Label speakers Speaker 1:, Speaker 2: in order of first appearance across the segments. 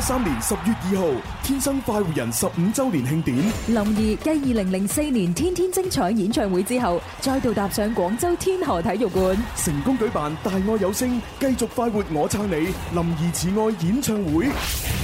Speaker 1: 三年十月二號，天生快活人十五周年慶典，
Speaker 2: 林怡繼二零零四年天天精彩演唱會之後，再度踏上廣州天河體育館，
Speaker 1: 成功舉辦《大愛有聲》，繼續快活我撐你，林怡慈愛演唱會。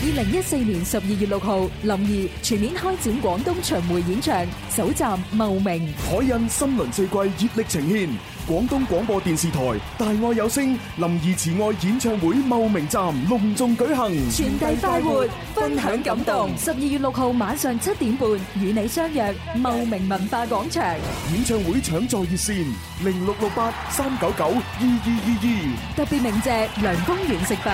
Speaker 2: 二零一四年十二月六號，林怡全面開展廣東巡迴演唱，首站茂名。
Speaker 1: 海印新輪四季熱力呈現，廣東廣播電視台《大愛有聲》林怡慈愛演唱會茂名站隆重舉行，
Speaker 2: 傳遞快活，分享感動。十二月六號晚上七點半，與你相約茂名文化廣場。
Speaker 1: 演唱會搶在熱線零六六八三九九二二
Speaker 2: 二二。特別鳴謝良豐源食品。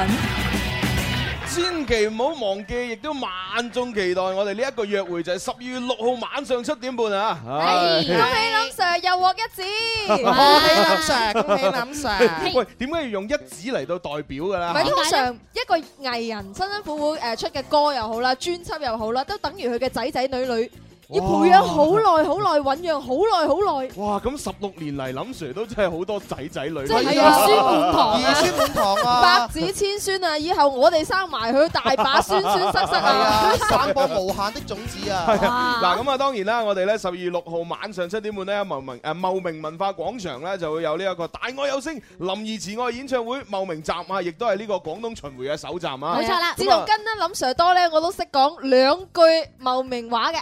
Speaker 3: 千祈唔好忘記，亦都萬眾期待我哋呢一個約會就係十二月六號晚上七點半啊！
Speaker 4: 恭喜林 Sir 又獲一指，恭喜
Speaker 3: 林
Speaker 4: Sir，恭喜林 Sir。
Speaker 3: 喂，點解要用一指嚟到代表㗎
Speaker 4: 唔
Speaker 3: 啦？
Speaker 4: 係通常一個藝人辛辛苦苦誒出嘅歌又好啦，專輯又好啦，都等於佢嘅仔仔女女。要培養好耐、好耐、醖釀好耐、好耐。
Speaker 3: 哇！咁十六年嚟，林 Sir 都真係好多仔仔女女，
Speaker 4: 即係兒孫滿堂啊
Speaker 3: 兒孫滿堂
Speaker 4: 百
Speaker 3: 啊！
Speaker 4: 子千孫啊！以後我哋生埋佢，大把孫孫塞塞啊！
Speaker 5: 散播無限的種子啊！
Speaker 3: 係啊嗱，咁啊，當然啦，我哋咧十二月六號晚上七點半咧，茂名誒茂名文化廣場咧就會有呢一個大愛有聲林怡慈愛演唱會茂名站啊，亦都係呢個廣東巡迴嘅首站啊。
Speaker 4: 自
Speaker 3: 咁啊
Speaker 4: 從跟得林 Sir 多咧，我都識講兩句茂名話嘅。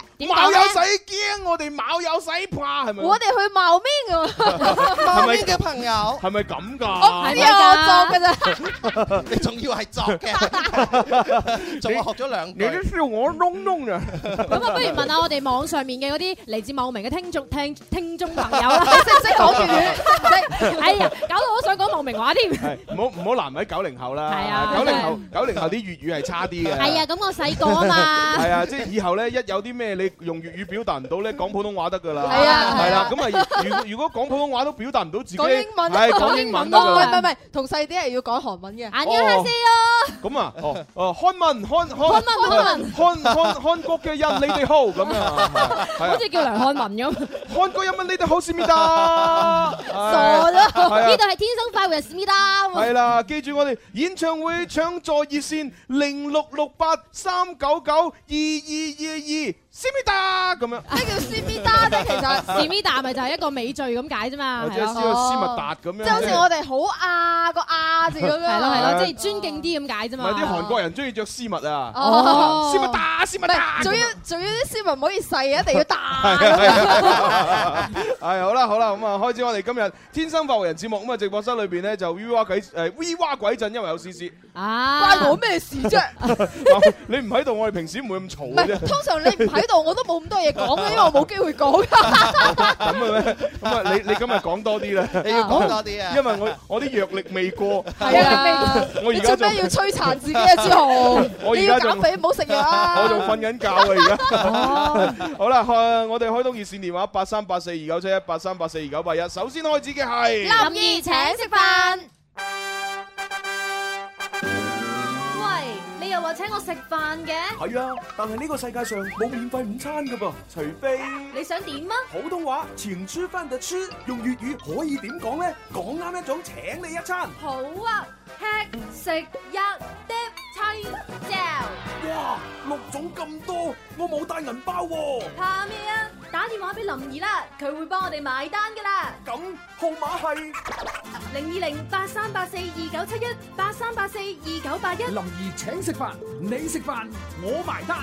Speaker 3: 冇有使驚，我哋冇有使怕，係咪？
Speaker 4: 我哋去茂名啊！
Speaker 3: 係咪
Speaker 5: 朋友，
Speaker 3: 係咪咁
Speaker 4: 我唔知
Speaker 3: 㗎？
Speaker 4: 啊，我作嘅咋。
Speaker 5: 你仲要係作嘅， 仲話學咗兩句。
Speaker 3: 笑我窿窿啊！
Speaker 6: 咁啊，不如問下我哋網上面嘅嗰啲嚟自茂名嘅聽眾聽聽眾朋 友啦，
Speaker 4: 識唔識講粵語？
Speaker 6: 哎呀，搞到我都想講茂名話添。
Speaker 3: 係唔好唔好難為九零後啦，
Speaker 6: 係啊
Speaker 3: 九零
Speaker 6: 真係
Speaker 3: 後九零後啲粵語係差啲嘅，
Speaker 6: 係啊，咁我細個啊嘛。
Speaker 3: 係啊，即係以後咧，一有啲咩你用粵語表達唔到咧，講普通話得㗎啦。
Speaker 4: 係啊
Speaker 3: 係啦。
Speaker 4: 係
Speaker 3: 咁啊，如如如果講普通話都表達唔到自己，
Speaker 4: 講英文，
Speaker 3: 係講英文得
Speaker 4: 哦，唔
Speaker 3: 㗎
Speaker 4: 係唔係啊
Speaker 3: 啦。
Speaker 4: 唔係，同細啲係要講韓文嘅。
Speaker 6: 안녕하세
Speaker 3: 哦
Speaker 6: 요
Speaker 3: 咁啊，哦哦，韓文韓韓
Speaker 6: 韓文
Speaker 3: 韓韓韓國嘅人，你哋好咁樣啊， 係啊
Speaker 6: 好，似叫梁漢文咁。
Speaker 3: 韓國人民你哋好思密達，
Speaker 6: 傻
Speaker 3: 係係啊
Speaker 6: 呢度係天生快活人思密達。
Speaker 3: 係啦，記住我哋演唱會搶座熱線零六六八三九九二二二二，思密達咁樣，
Speaker 4: 咩叫 C B 單咧？其 實
Speaker 6: 思密達咪就係一個美罪咁解啫嘛，
Speaker 3: 或
Speaker 6: 係
Speaker 3: 者
Speaker 6: 咯。
Speaker 3: 燒到斯密達咁樣。
Speaker 4: 即係好似我哋好啊個啊字咁樣。
Speaker 6: 係咯係
Speaker 3: 啊
Speaker 6: 咯，即係尊敬啲咁解啫
Speaker 3: 唔
Speaker 6: 嘛。
Speaker 3: 係啲韓國人中意着絲襪啊，
Speaker 4: 哦
Speaker 3: 絲襪達，絲
Speaker 4: 唔
Speaker 3: 襪達。
Speaker 4: 係，仲要仲要啲斯文唔可以細，一定要大。
Speaker 3: 係好啦好啦，咁啊開始我哋今日天生發圍人節目，咁啊直播室裏邊咧就 V 哇鬼誒 V 哇鬼陣，因為有 C C，
Speaker 6: 啊，
Speaker 4: 關我咩事啫？
Speaker 3: 你唔喺度，我哋平時唔會咁嘈
Speaker 4: 唔
Speaker 3: 嘅
Speaker 4: 係，
Speaker 3: 啫。
Speaker 4: 通常你唔喺度，我都冇咁多嘢講 嘅，因為我冇機會講。
Speaker 3: 咁嘅咩？咁啊，你你今日講多啲啦，
Speaker 5: 你要講多啲啊！
Speaker 3: 因為我我啲藥力未過。
Speaker 4: 係 啊，
Speaker 3: 我而
Speaker 4: 你
Speaker 3: 家
Speaker 4: 做
Speaker 3: 仲
Speaker 4: 咩要摧殘自己啊？之豪，
Speaker 3: 我而
Speaker 4: 你
Speaker 3: 家
Speaker 4: 要
Speaker 3: 仲
Speaker 4: 減肥，唔好食藥
Speaker 3: 我仲
Speaker 4: 啊！
Speaker 3: 瞓緊覺啊！而
Speaker 6: 哦
Speaker 3: 家 好啦，開我哋開通熱線電話八三八四二九七一八三八四二九八一。首先開始嘅係
Speaker 4: 林怡請食飯。
Speaker 6: 喂，你又話請我食飯嘅，
Speaker 1: 係啊，但係呢個世界上冇免費午餐噶噃，除非
Speaker 6: 你想點啊？
Speaker 1: 普通話錢出翻就出，用粵語可以點講咧？講啱一種請你一餐，
Speaker 6: 好啊，吃食一碟青椒，
Speaker 1: 哇，六種咁多，我冇帶銀包喎、
Speaker 6: 怕咩啊？打電話俾林兒啦，佢會幫我哋埋單噶啦。
Speaker 1: 咁號碼係
Speaker 6: 零二零八三八四二九七一八三八四二九八一。
Speaker 7: 林兒請食飯，你食飯，我埋單。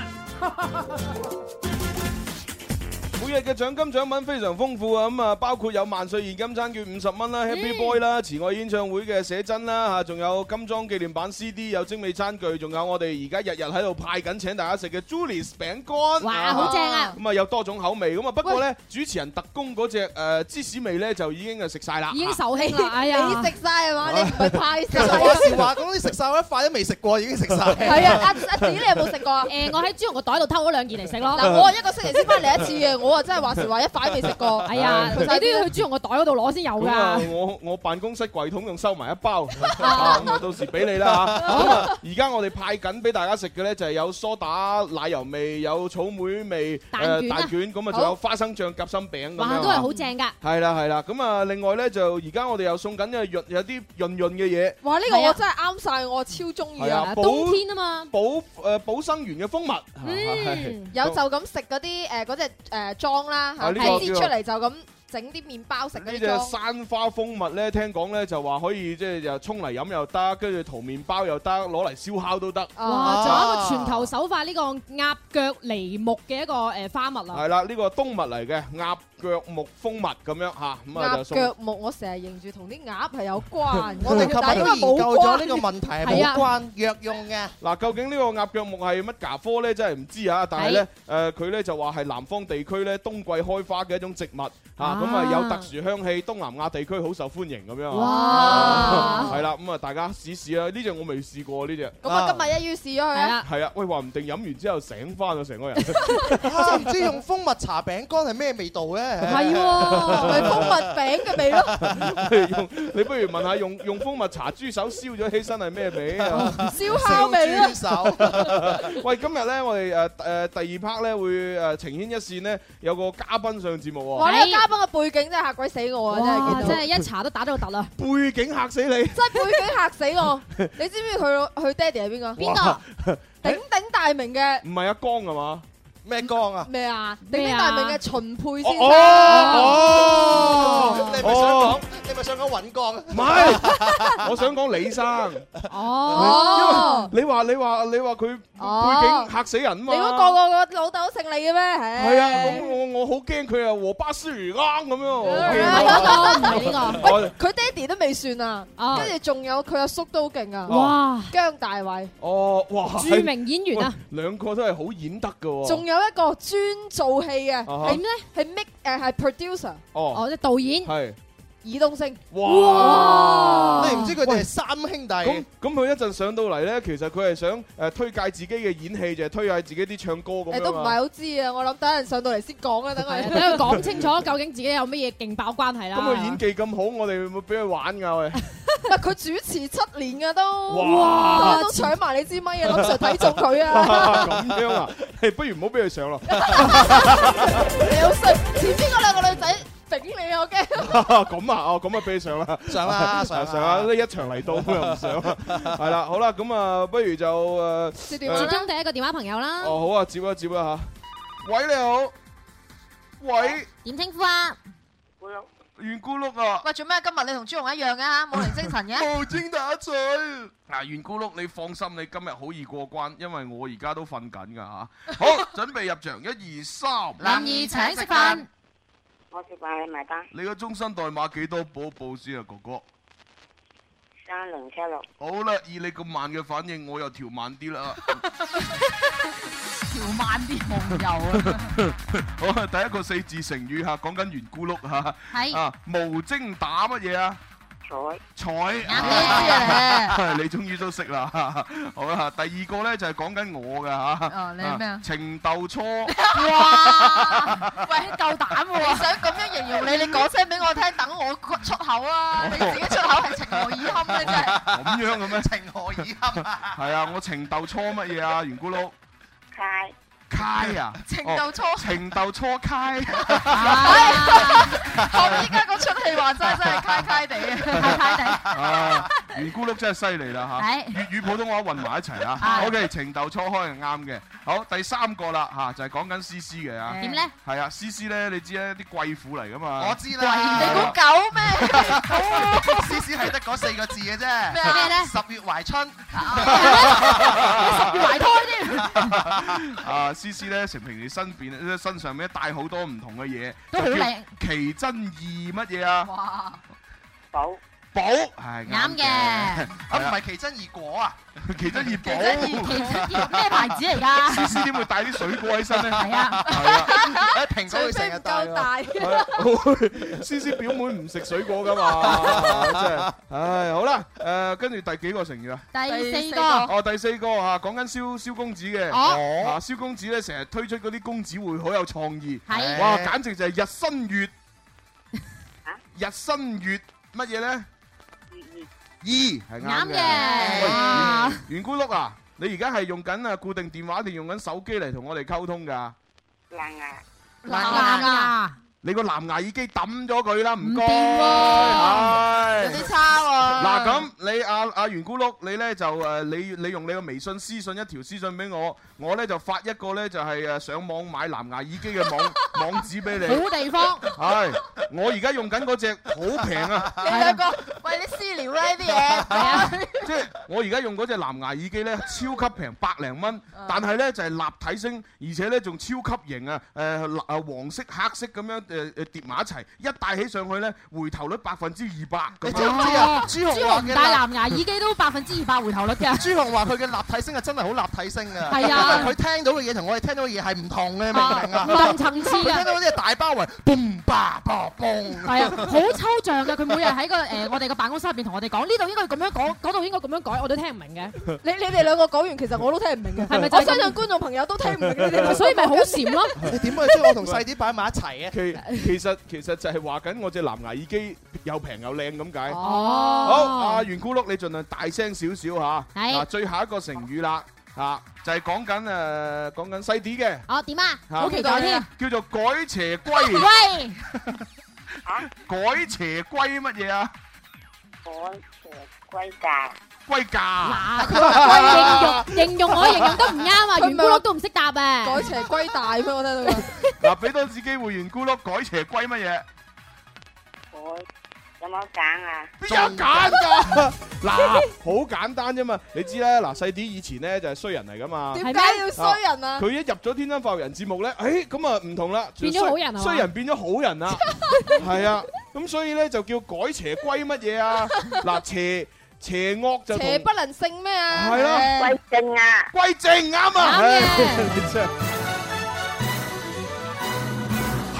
Speaker 3: 每日嘅獎金獎品非常豐富啊！咁啊，包括有萬歲現金餐券五十蚊啦，Happy Boy 啦，慈愛演唱會嘅寫真啦嚇，仲有金裝紀念版 CD，有精美餐具，仲有我哋而家日日喺度派緊請大家食嘅 Julie's 餅乾。
Speaker 6: 哇，好正啊！
Speaker 3: 咁啊，有多種口味咁啊，不過呢，主持人特工嗰只誒芝士味呢，就已經係食晒啦，
Speaker 6: 已經 受氣啦，哎呀！
Speaker 4: 你食晒係嘛？你唔係 派
Speaker 5: 其
Speaker 4: 晒。
Speaker 5: 實話時話講，你食晒我一塊都未食過，已經食晒。，
Speaker 4: 係啊，阿阿子你有冇食過 啊？
Speaker 6: 誒，我喺朱紅個袋度偷咗兩件嚟食咯。
Speaker 4: 嗱，我一個星期先翻嚟一次嘅，我啊我真係話時話一塊未食 過。
Speaker 6: 哎呀，你
Speaker 4: 佢
Speaker 6: 都要去朱紅個袋嗰度攞先有
Speaker 3: 咁啊
Speaker 6: 㗎。，
Speaker 3: 我我辦公室櫃桶仲收埋一 包，啊咁啊到時俾你啦嚇。咁啊，而家我哋派緊俾大家食嘅咧，就係有梳打奶油味，有草莓味，
Speaker 6: 蛋卷啊
Speaker 3: 誒蛋卷，咁啊仲有花生醬夾心餅咁
Speaker 6: 哇，
Speaker 3: 樣
Speaker 6: 都係
Speaker 3: 啊。
Speaker 6: 好正㗎。
Speaker 3: 係啦係啦，咁啊另外咧就而家我哋又送緊有潤有啲潤潤嘅嘢，
Speaker 4: 哇！呢個
Speaker 6: 係啊
Speaker 4: 我真係啱晒，我超中意
Speaker 3: 係
Speaker 4: 啊！
Speaker 3: 啊
Speaker 6: 啊
Speaker 3: 保
Speaker 6: 冬天啊嘛，
Speaker 3: 補誒保生元嘅蜂蜜。係
Speaker 6: 嗯，
Speaker 4: 有就咁食嗰啲誒嗰隻誒裝啦
Speaker 3: 啊
Speaker 4: 嚇，
Speaker 3: 呢
Speaker 6: 個
Speaker 4: 擠出嚟就咁整啲麵包食嗰
Speaker 3: 呢
Speaker 4: 啲
Speaker 3: 只
Speaker 4: 裝。
Speaker 3: 山花蜂蜜咧，聽講咧就話可以即係又沖嚟飲又得，跟住塗麵包又得，攞嚟燒烤都得。
Speaker 6: 哇，
Speaker 4: 啊
Speaker 6: 仲有一個全球首發呢個鴨腳梨木嘅一個誒花蜜啊。
Speaker 3: 係啦，呢個冬蜜嚟嘅鴨腳木蜂蜜咁樣嚇，咁啊就
Speaker 4: 鴨
Speaker 3: 送。
Speaker 4: 腳木，我成日認住同啲鴨係有關
Speaker 5: 我哋琴
Speaker 4: 但係
Speaker 5: 日
Speaker 4: 應
Speaker 5: 都
Speaker 4: 該
Speaker 5: 研
Speaker 4: 冇
Speaker 5: 究咗呢個
Speaker 4: 關。
Speaker 5: 問題，
Speaker 6: 係
Speaker 5: 係冇
Speaker 6: 啊
Speaker 5: 關藥用嘅。
Speaker 3: 嗱，究竟呢個鴨腳木係乜牙科咧？真係唔知啊！但係咧，誒佢咧就話係南方地區咧冬季開花嘅一種植物嚇，
Speaker 6: 啊
Speaker 3: 咁啊有特殊香氣，東南亞地區好受歡迎咁樣啊。
Speaker 6: 哇！
Speaker 3: 係啦，咁啊大家試試啦，呢只我未試過呢只。
Speaker 4: 咁我今日一於試咗佢
Speaker 6: 係
Speaker 4: 啊！
Speaker 6: 啦，
Speaker 3: 係啊，喂，話唔定飲完之後醒翻啊，成個人。
Speaker 5: 真係唔知用蜂蜜茶餅乾係咩味道咧？
Speaker 6: 係喎。
Speaker 4: 咪蜂蜜餅嘅味咯，
Speaker 3: 用你不如問下用用蜂蜜茶豬手燒咗起身係咩味啊？
Speaker 4: 燒烤味咯。
Speaker 5: 手
Speaker 3: 喂，今日咧我哋誒誒第二 part 咧會誒呃呈牽一線咧，有個嘉賓上節目喎，
Speaker 4: 哇！呢個嘉賓嘅背景真係嚇鬼死我啊！真係
Speaker 6: 哇！
Speaker 4: 見到
Speaker 6: 真係一查都打到突啦。
Speaker 3: 背景嚇死你！
Speaker 4: 真係背景嚇死 我。你知唔知佢老佢爹哋係邊個？邊個？
Speaker 6: 哎
Speaker 4: 鼎鼎大名嘅
Speaker 3: 唔係阿江係嘛？
Speaker 5: 咩光啊？
Speaker 4: 咩啊？鼎
Speaker 6: 咩啊
Speaker 4: 鼎大名嘅秦沛先
Speaker 3: 哦哦
Speaker 5: 你咪想
Speaker 3: 哦
Speaker 5: 講，你咪想講尹光啊？
Speaker 3: 唔係，我想講李生，
Speaker 4: 哦。
Speaker 3: 你話你話你話佢背
Speaker 4: 哦
Speaker 3: 景嚇死人啊嘛？
Speaker 4: 你嗰個個個老豆都姓李嘅咩？
Speaker 3: 係
Speaker 4: 係
Speaker 3: 啊，咁我我好驚佢啊，和巴斯如啱咁
Speaker 4: 嗯
Speaker 6: 唔
Speaker 3: 樣
Speaker 6: 係嗰個，唔係呢
Speaker 3: 我。
Speaker 4: 佢爹哋都未算啊，
Speaker 6: 個。哦
Speaker 4: 跟，住仲有佢阿叔都好勁
Speaker 6: 哇！
Speaker 4: 啊，姜大衛，
Speaker 3: 哦，哇！
Speaker 6: 著名演員啊，
Speaker 3: 喂，兩個都係好演得嘅喎。
Speaker 4: 仲有一個專做戲嘅，
Speaker 3: 啊
Speaker 6: 點
Speaker 4: 係
Speaker 6: 咧？
Speaker 4: 係 make 誒係 producer
Speaker 3: 哦，
Speaker 6: 哦，即係導演。
Speaker 3: 係
Speaker 4: 爾冬升，
Speaker 6: 哦
Speaker 3: 哇！
Speaker 5: 你唔知佢哋係三兄
Speaker 3: 咁
Speaker 5: 弟，
Speaker 3: 咁佢一陣上到嚟咧，其實佢係想誒推介自己嘅演戲，就係推介自己啲唱歌咁
Speaker 4: 誒都
Speaker 3: 樣
Speaker 4: 唔
Speaker 3: 啊。
Speaker 4: 係好知啊，我諗等人上到嚟先講啊，等
Speaker 6: 係啊
Speaker 4: 佢
Speaker 6: 等佢講清楚究竟自己有乜嘢勁爆關係啦。
Speaker 3: 咁佢演技咁好，我哋會俾佢玩㗎 喂。
Speaker 4: 唔係佢主持七年啊都，
Speaker 3: 哇
Speaker 4: 都都搶埋你支咪啊，林 Sir 睇中 佢啊，
Speaker 3: 咁樣啊，誒不如唔好俾佢上咯。
Speaker 4: 你好衰，前邊嗰兩個女仔頂你啊，我驚，
Speaker 3: 咁啊，哦咁啊，俾佢上啦。
Speaker 5: 上啦
Speaker 3: 上
Speaker 5: 上
Speaker 3: 啊！
Speaker 5: 啦。
Speaker 3: 呢一場嚟到咁又唔上啦，係啦，好啦，咁啊，不如就誒，呃
Speaker 4: 接電話
Speaker 6: 接
Speaker 4: 啦
Speaker 6: 通，第一個電話朋友啦。
Speaker 3: 哦好啊，接一接啦嚇。喂，你好，喂，
Speaker 6: 點稱呼啊？
Speaker 3: 圓咕碌啊，
Speaker 8: 喂，做咩今日你同朱紅一樣嘅嚇，冇人精神嘅？
Speaker 3: 無精打水。嗱，圓咕碌，你放心，你今日好易過關，因為我而家都瞓緊㗎嚇。好，準備入場，一二三。
Speaker 8: 林兒請食飯，
Speaker 9: 我食飯你埋單，
Speaker 3: 你個終身代碼幾多寶寶先啊，哥哥？
Speaker 9: 三零七六，
Speaker 3: 好啦，以你咁慢嘅反應，我又調慢 啲啦。
Speaker 8: 調慢啲夢遊啊！
Speaker 3: 好啊，第一個四字成語嚇，講緊圓咕碌嚇。
Speaker 8: 係
Speaker 3: 啊，無精打乜嘢啊？
Speaker 9: 彩
Speaker 3: 彩
Speaker 8: 眼都知啊
Speaker 3: 啊 你終於都識啦。好啦，第二個咧就係講緊我嘅嚇。
Speaker 8: 哦你係咩啊
Speaker 3: 情竇初
Speaker 8: 你！哇！喂，夠膽喎！
Speaker 4: 你想咁樣形容你，你講聲俾我聽，等我出口啊，你自己出口係情何以堪咧真係。
Speaker 3: 咁樣嘅 咩？
Speaker 5: 情何以堪啊！
Speaker 3: 係啊，我情竇初乜嘢啊？圓咕碌
Speaker 9: 街
Speaker 3: 開啊！
Speaker 4: 情
Speaker 3: 哦
Speaker 4: 竇初
Speaker 3: 情竇初開。
Speaker 4: 學依家個出戲話齋真係揩揩地啊！
Speaker 8: 太太地，
Speaker 3: 啊，圓咕碌真係犀利啦嚇！
Speaker 8: 係
Speaker 3: 粵語普通話混埋一齊啊
Speaker 8: 係
Speaker 3: ！OK，情竇初開係啱嘅。好，第三個啦嚇，就係講緊 C C 嘅啊。
Speaker 8: 點咧？
Speaker 3: 係啊，C C 咧，你知咧啲貴婦嚟噶嘛？
Speaker 5: 我知啦，
Speaker 4: 你
Speaker 10: Ờ.
Speaker 4: 估狗咩？
Speaker 5: 思思係得嗰四個字嘅啫。
Speaker 8: 咩啊咩咧
Speaker 5: 十月懷春，
Speaker 8: 懷胎添，
Speaker 3: 啊，C C 咧，成平時身邊身上面帶好多唔同嘅嘢，
Speaker 8: 都好
Speaker 3: 就叫
Speaker 8: 靚。
Speaker 3: 奇珍異乜嘢啊？
Speaker 8: 哇！
Speaker 9: 寶
Speaker 5: 寶係
Speaker 8: 啱嘅
Speaker 5: 啊唔係奇珍異果啊，
Speaker 11: 奇珍異寶
Speaker 8: 其實而其實咩牌子嚟㗎？
Speaker 11: 思思點會帶啲水果喺身咧？
Speaker 8: 係啊，
Speaker 11: 係啦，
Speaker 5: 啊蘋
Speaker 4: 除
Speaker 5: 果佢
Speaker 4: 非
Speaker 5: 成
Speaker 4: 唔
Speaker 5: 日
Speaker 4: 夠
Speaker 5: 帶喎
Speaker 4: 大，
Speaker 3: 思思表妹唔食水果噶嘛，真係，唉，好啦，誒，跟住第幾個成語啊？
Speaker 8: 第四個
Speaker 3: 哦，第四個嚇，講緊蕭蕭公子嘅，
Speaker 8: 哦
Speaker 3: 啊，蕭公子咧成日推出嗰啲公子會好有創意，
Speaker 8: 係
Speaker 3: 哇，簡直就係日新月，日新月乜嘢咧？
Speaker 9: 月月
Speaker 3: 依係
Speaker 8: 啱
Speaker 3: 啱嘅。
Speaker 8: 嘅。
Speaker 3: 喂
Speaker 8: 哇
Speaker 3: 圓咕碌啊，你而家係用緊啊固定電話定用緊手機嚟同我哋溝通㗎？
Speaker 9: 爛牙，
Speaker 6: Ờ.
Speaker 8: 藍牙
Speaker 3: 你個藍牙耳機抌咗佢啦，唔該。
Speaker 8: 唔掂喎
Speaker 3: 係
Speaker 8: 有啲差喎。
Speaker 3: 嗱咁，你阿阿圓咕碌，你咧就誒，你你用你個微信私信一條私信俾我，我咧就發一個咧就係誒上網買藍牙耳機嘅 網網址俾你。
Speaker 8: 好地方，
Speaker 3: 係，我而家用緊嗰只好平啊！
Speaker 8: 你兩個喂你私聊啦呢啲嘢。
Speaker 3: 即係我而家用嗰只藍牙耳機咧，超級平，百零蚊，但係咧就係、立體聲，而且咧仲超級型啊！誒、藍啊黃色、黑色咁樣誒誒疊埋一齊，一戴起上去咧，回頭率百分之二百
Speaker 5: 你
Speaker 3: 咁
Speaker 5: 知唔
Speaker 3: 樣。
Speaker 5: 知啊
Speaker 6: Ờ.
Speaker 8: 哦？
Speaker 5: 朱紅
Speaker 8: 朱
Speaker 5: 話
Speaker 8: 紅
Speaker 5: 嘅
Speaker 8: 戴藍
Speaker 5: 立
Speaker 8: 牙耳機都百分之二百回頭率嘅。
Speaker 5: 朱紅話佢嘅立體聲係真係好立體聲啊！
Speaker 8: 係啊
Speaker 5: 因為佢聽到嘅嘢同我哋聽到嘅嘢係唔同嘅，明
Speaker 6: Ờ.
Speaker 5: 唔明
Speaker 8: 啊
Speaker 5: 啊？
Speaker 8: 唔同層
Speaker 6: à.
Speaker 8: 次
Speaker 5: 佢聽
Speaker 8: 嘅。
Speaker 5: 到嗰啲係大包圍，嘣吧吧嘣。
Speaker 6: 係啊，好抽象嘅。佢每日喺個誒我哋個辦公室入邊同我哋講，呢度應該咁樣講，嗰度應該咁樣改，我都聽唔明嘅。
Speaker 4: 你你哋兩個講完，其實我都聽唔明嘅，
Speaker 6: 係咪就係
Speaker 4: 我
Speaker 6: 咁
Speaker 4: 相信觀眾朋友都聽唔明你哋兩個
Speaker 6: 所以咪好蟬咯。
Speaker 5: 你點可以將我同細啲擺埋一齊嘅？
Speaker 3: 其其實其實就係話緊我隻藍牙耳機又平又靚咁解。
Speaker 6: 哦
Speaker 3: 好，阿圓咕碌，你盡量大聲少少嚇。
Speaker 6: 係
Speaker 3: 嗱，最後一個成語啦，嚇就係講緊誒講緊細啲嘅，
Speaker 6: 哦，點啊？
Speaker 3: 嚇
Speaker 6: 好期待添。
Speaker 3: 叫做改邪 歸。
Speaker 8: 喂，
Speaker 3: 改邪歸乜嘢啊？
Speaker 9: 改邪歸正。
Speaker 3: 歸架。
Speaker 6: 嗱，佢形容形容我形容得唔啱啊，
Speaker 4: 佢
Speaker 6: 圓
Speaker 4: 唔係
Speaker 6: 咕碌都唔識答啊。
Speaker 4: 改邪歸大咩？我聽到佢
Speaker 3: 嗱，啊俾多次機會圓咕碌改邪歸乜嘢？
Speaker 9: 改有冇得揀啊？
Speaker 3: 邊有揀㗎？ 嗱，好簡單啫嘛，你知啦。嗱，細啲以前咧就係衰人嚟噶嘛。
Speaker 4: 點解要衰人啊？
Speaker 3: 佢一入咗《天生快活人》節目咧，誒咁啊唔同啦，
Speaker 6: 變咗
Speaker 3: 衰
Speaker 6: 好人啊嘛
Speaker 3: 衰人變咗好人 啦，係啊，咁所以咧就叫改邪歸乜嘢 啊？嗱，邪邪惡就同
Speaker 4: 邪不能勝咩啊？
Speaker 3: 係咯
Speaker 4: 誒
Speaker 9: 歸正啊！
Speaker 3: 歸正啱啊，
Speaker 6: 啱嘅
Speaker 3: 唉你真係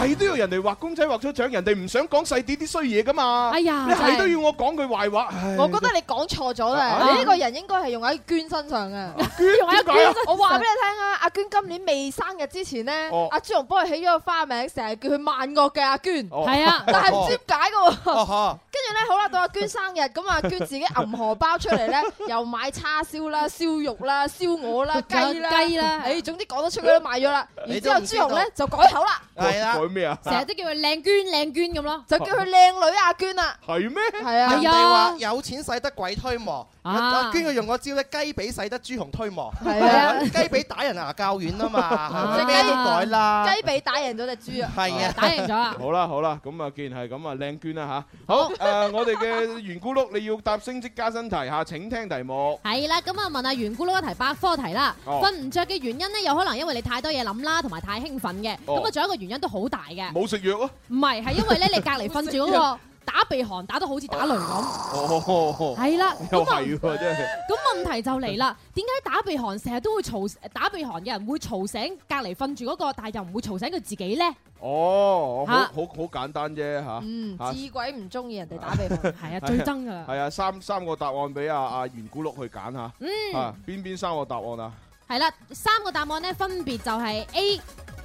Speaker 3: 係都要人哋畫公仔畫出獎，人哋唔想講細啲啲衰嘢噶嘛。
Speaker 6: 哎 呀
Speaker 3: 你係
Speaker 6: 真係
Speaker 3: 都要我講句壞話。唉
Speaker 4: 我覺得你講錯咗啦，
Speaker 3: 啊
Speaker 4: 你呢個人應該係用喺娟身上嘅。
Speaker 3: 捐
Speaker 6: 仲有
Speaker 3: 點
Speaker 6: 一
Speaker 3: 解啊
Speaker 6: 捐
Speaker 4: 我話俾你聽啊，阿娟今年未生日之前咧
Speaker 3: 哦，
Speaker 4: 阿朱紅幫佢起咗個花名，成日叫佢萬惡嘅阿娟，
Speaker 3: 哦
Speaker 6: 係啊，
Speaker 4: 但係唔知點解嘅喎。
Speaker 5: 哦呵，
Speaker 4: 跟住咧，好啦，到阿娟生日，咁阿娟自己揞荷包出嚟 咧，又買叉燒啦、燒肉啦、燒鵝 啦、雞
Speaker 6: 仲有
Speaker 4: 啦，
Speaker 6: 雞啦
Speaker 4: 誒，總之講得出佢都買咗啦。然
Speaker 5: 你
Speaker 4: 之
Speaker 5: 都
Speaker 4: 後
Speaker 5: 唔
Speaker 4: 朱
Speaker 5: 知道
Speaker 4: 紅咧就改口啦，
Speaker 3: 改
Speaker 5: 係啦
Speaker 3: 改咩啊？
Speaker 6: 成日都叫佢靚娟靚娟咁咯。
Speaker 4: 就叫佢靚女阿娟啦。
Speaker 3: 係咩？
Speaker 4: 係啊
Speaker 5: 人
Speaker 6: 係，啊
Speaker 5: 哋話有錢使得鬼推磨，
Speaker 6: 啊
Speaker 5: 跟住用個招咧，雞髀使得朱紅推磨，
Speaker 4: 係啊，
Speaker 5: 雞髀打人牙較軟啊嘛，
Speaker 6: 哦即係
Speaker 5: 係咪咩都改啦，
Speaker 4: 啊 雞髀打贏咗只豬啊！
Speaker 5: 係啊，
Speaker 6: 打贏咗啊！
Speaker 3: 好啦好啦，咁啊，既然係咁啊，靚娟啦吓，好誒，我哋嘅圓咕碌，你要答升職加薪題吓，請聽題目。
Speaker 6: 係啦，咁啊問下圓咕碌一題百科題啦。
Speaker 3: 哦
Speaker 6: 瞓唔着嘅原因呢，有可能因為你太多嘢諗啦，同埋太興奮嘅。
Speaker 3: 哦
Speaker 6: 咁啊，仲有一個原因都好大嘅，
Speaker 3: 冇食藥啊！
Speaker 6: 唔係係因為咧你隔離瞓住 嗰個打鼻鼾打到好似打雷咁。
Speaker 3: 哦，
Speaker 6: 係啦，
Speaker 3: 又
Speaker 6: 咁啊
Speaker 3: 係喎，真係。
Speaker 6: 咁問題就嚟啦，點解打鼻鼾成日都會嘈打鼻鼾嘅人會嘈醒隔離瞓住嗰個，但係又唔會嘈醒佢自己咧？
Speaker 3: 哦，好
Speaker 6: 嚇
Speaker 3: 好好簡單啫吓。
Speaker 4: 嗯
Speaker 3: 啊，
Speaker 4: 至鬼唔中意人哋打鼻 鼾。
Speaker 6: 係啊，最憎噶啦。
Speaker 3: 係啊，三三個答案俾阿阿袁古碌去揀吓，啊邊邊三個答案啊？
Speaker 6: 係啦，三個答案咧分別就係 A。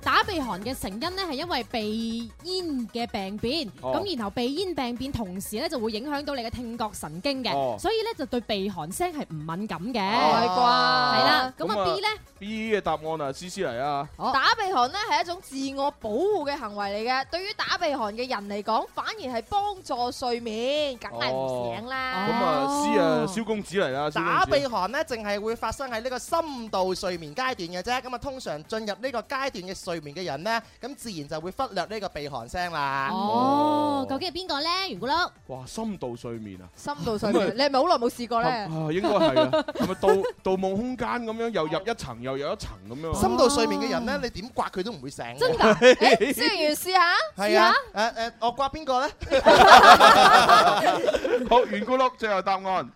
Speaker 6: 打鼻鼾嘅成因咧係因為鼻煙嘅病變，咁、
Speaker 3: 哦
Speaker 6: 然後鼻煙病變同時咧就會影響到你嘅聽覺神經嘅，
Speaker 3: 哦
Speaker 6: 所以咧就對鼻鼾聲係唔敏感嘅，
Speaker 4: 唔係
Speaker 6: 係
Speaker 4: 啩？
Speaker 6: 啦、咁
Speaker 3: 咁
Speaker 6: 啊
Speaker 3: 啊
Speaker 6: B 咧
Speaker 3: B 嘅答案啊，思思嚟啊，
Speaker 4: 打鼻鼾咧係一種自我保護嘅行為嚟嘅，對於打鼻鼾嘅人嚟講，反而係幫助睡眠，梗係唔醒
Speaker 3: 咁
Speaker 4: 啦。
Speaker 3: 啊
Speaker 6: 哦
Speaker 3: C 啊，蕭公子嚟啦，蕭
Speaker 5: 打
Speaker 3: 公
Speaker 5: 鼻
Speaker 3: 子。
Speaker 5: 鼾咧，淨係會發生喺呢個深度睡眠階段嘅啫。咁啊，通常進入呢個階段嘅睡對面嘅人呢，咁自然就會忽略呢個鼻鼾聲啦。
Speaker 6: 哦，究竟係邊個咧？圓咕碌，
Speaker 1: 哇，深度睡 眠啊！
Speaker 10: 深度睡眠，你係咪好耐冇試過咧？
Speaker 1: 啊，應該係啊，係咪盜盜夢空間咁樣又入一層又入一層咁樣啊？
Speaker 5: 深度睡眠嘅人呢，你點刮佢都唔會醒。
Speaker 6: 真㗎？
Speaker 10: 誒，思源試下，
Speaker 5: 係啊，誒誒，我刮邊個呢？
Speaker 3: 好，圓咕碌最後答案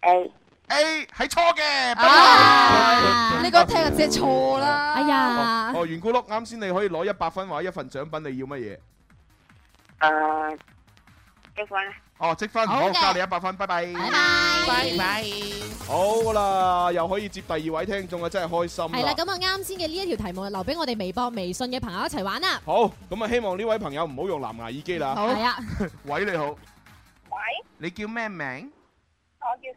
Speaker 2: A
Speaker 3: A 係錯嘅，不
Speaker 10: 啊你講聽就知係錯啦。
Speaker 6: 哎，呀，
Speaker 1: 哦，圓咕碌，啱先你可以攞一百分或者一份獎品，你要乜嘢？
Speaker 2: 诶，积分啦，
Speaker 3: 哦，積分，
Speaker 6: 好
Speaker 3: 好，
Speaker 6: 嘅
Speaker 3: 加你一百分，拜拜。
Speaker 6: 拜拜。
Speaker 5: 拜拜。
Speaker 1: 好啦，又可以接第二位聽眾啊，真係開
Speaker 3: 嗯
Speaker 1: 心
Speaker 6: 係啦，
Speaker 1: 啦！
Speaker 6: 咁啊啱先嘅呢一條題目啊留俾我哋微博、微信嘅朋友一齊玩啦。
Speaker 1: 好，咁啊，希望呢位朋友唔好用藍牙耳 機啦。
Speaker 6: 係啊，
Speaker 3: 喂，你好，
Speaker 2: 喂，
Speaker 3: 你叫咩名？
Speaker 2: 我叫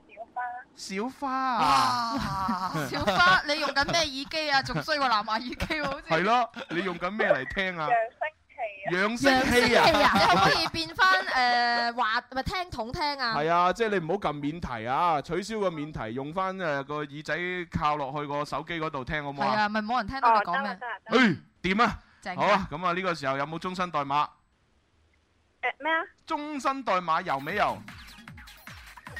Speaker 2: 小花，
Speaker 3: 小花啊，
Speaker 4: 小花，你用緊咩耳機啊？仲衰過藍牙耳機喎，好似。
Speaker 3: 係咯，你用緊咩嚟聽 啊
Speaker 2: 上？星期啊，
Speaker 3: 養聲器
Speaker 4: 你
Speaker 3: 啊，
Speaker 4: 啊，
Speaker 10: 你可唔可以變
Speaker 4: 呃
Speaker 10: 翻誒話咪聽筒聽啊？
Speaker 1: 係啊，即係你唔好撳免提啊，取消個免提，用翻誒個耳仔靠落去個手機嗰度聽好唔好
Speaker 4: 係
Speaker 1: 啊？
Speaker 4: 啊，咪冇人聽到
Speaker 2: 哦，
Speaker 9: à,
Speaker 4: 你
Speaker 2: 得
Speaker 4: 講
Speaker 2: 啦
Speaker 4: 咩，
Speaker 2: 得啦得啦，
Speaker 1: 誒，點啊？
Speaker 4: 正
Speaker 1: 好啊，咁啊呢個時候有冇終身代碼？
Speaker 2: 诶咩啊？
Speaker 1: 終身代碼有沒有？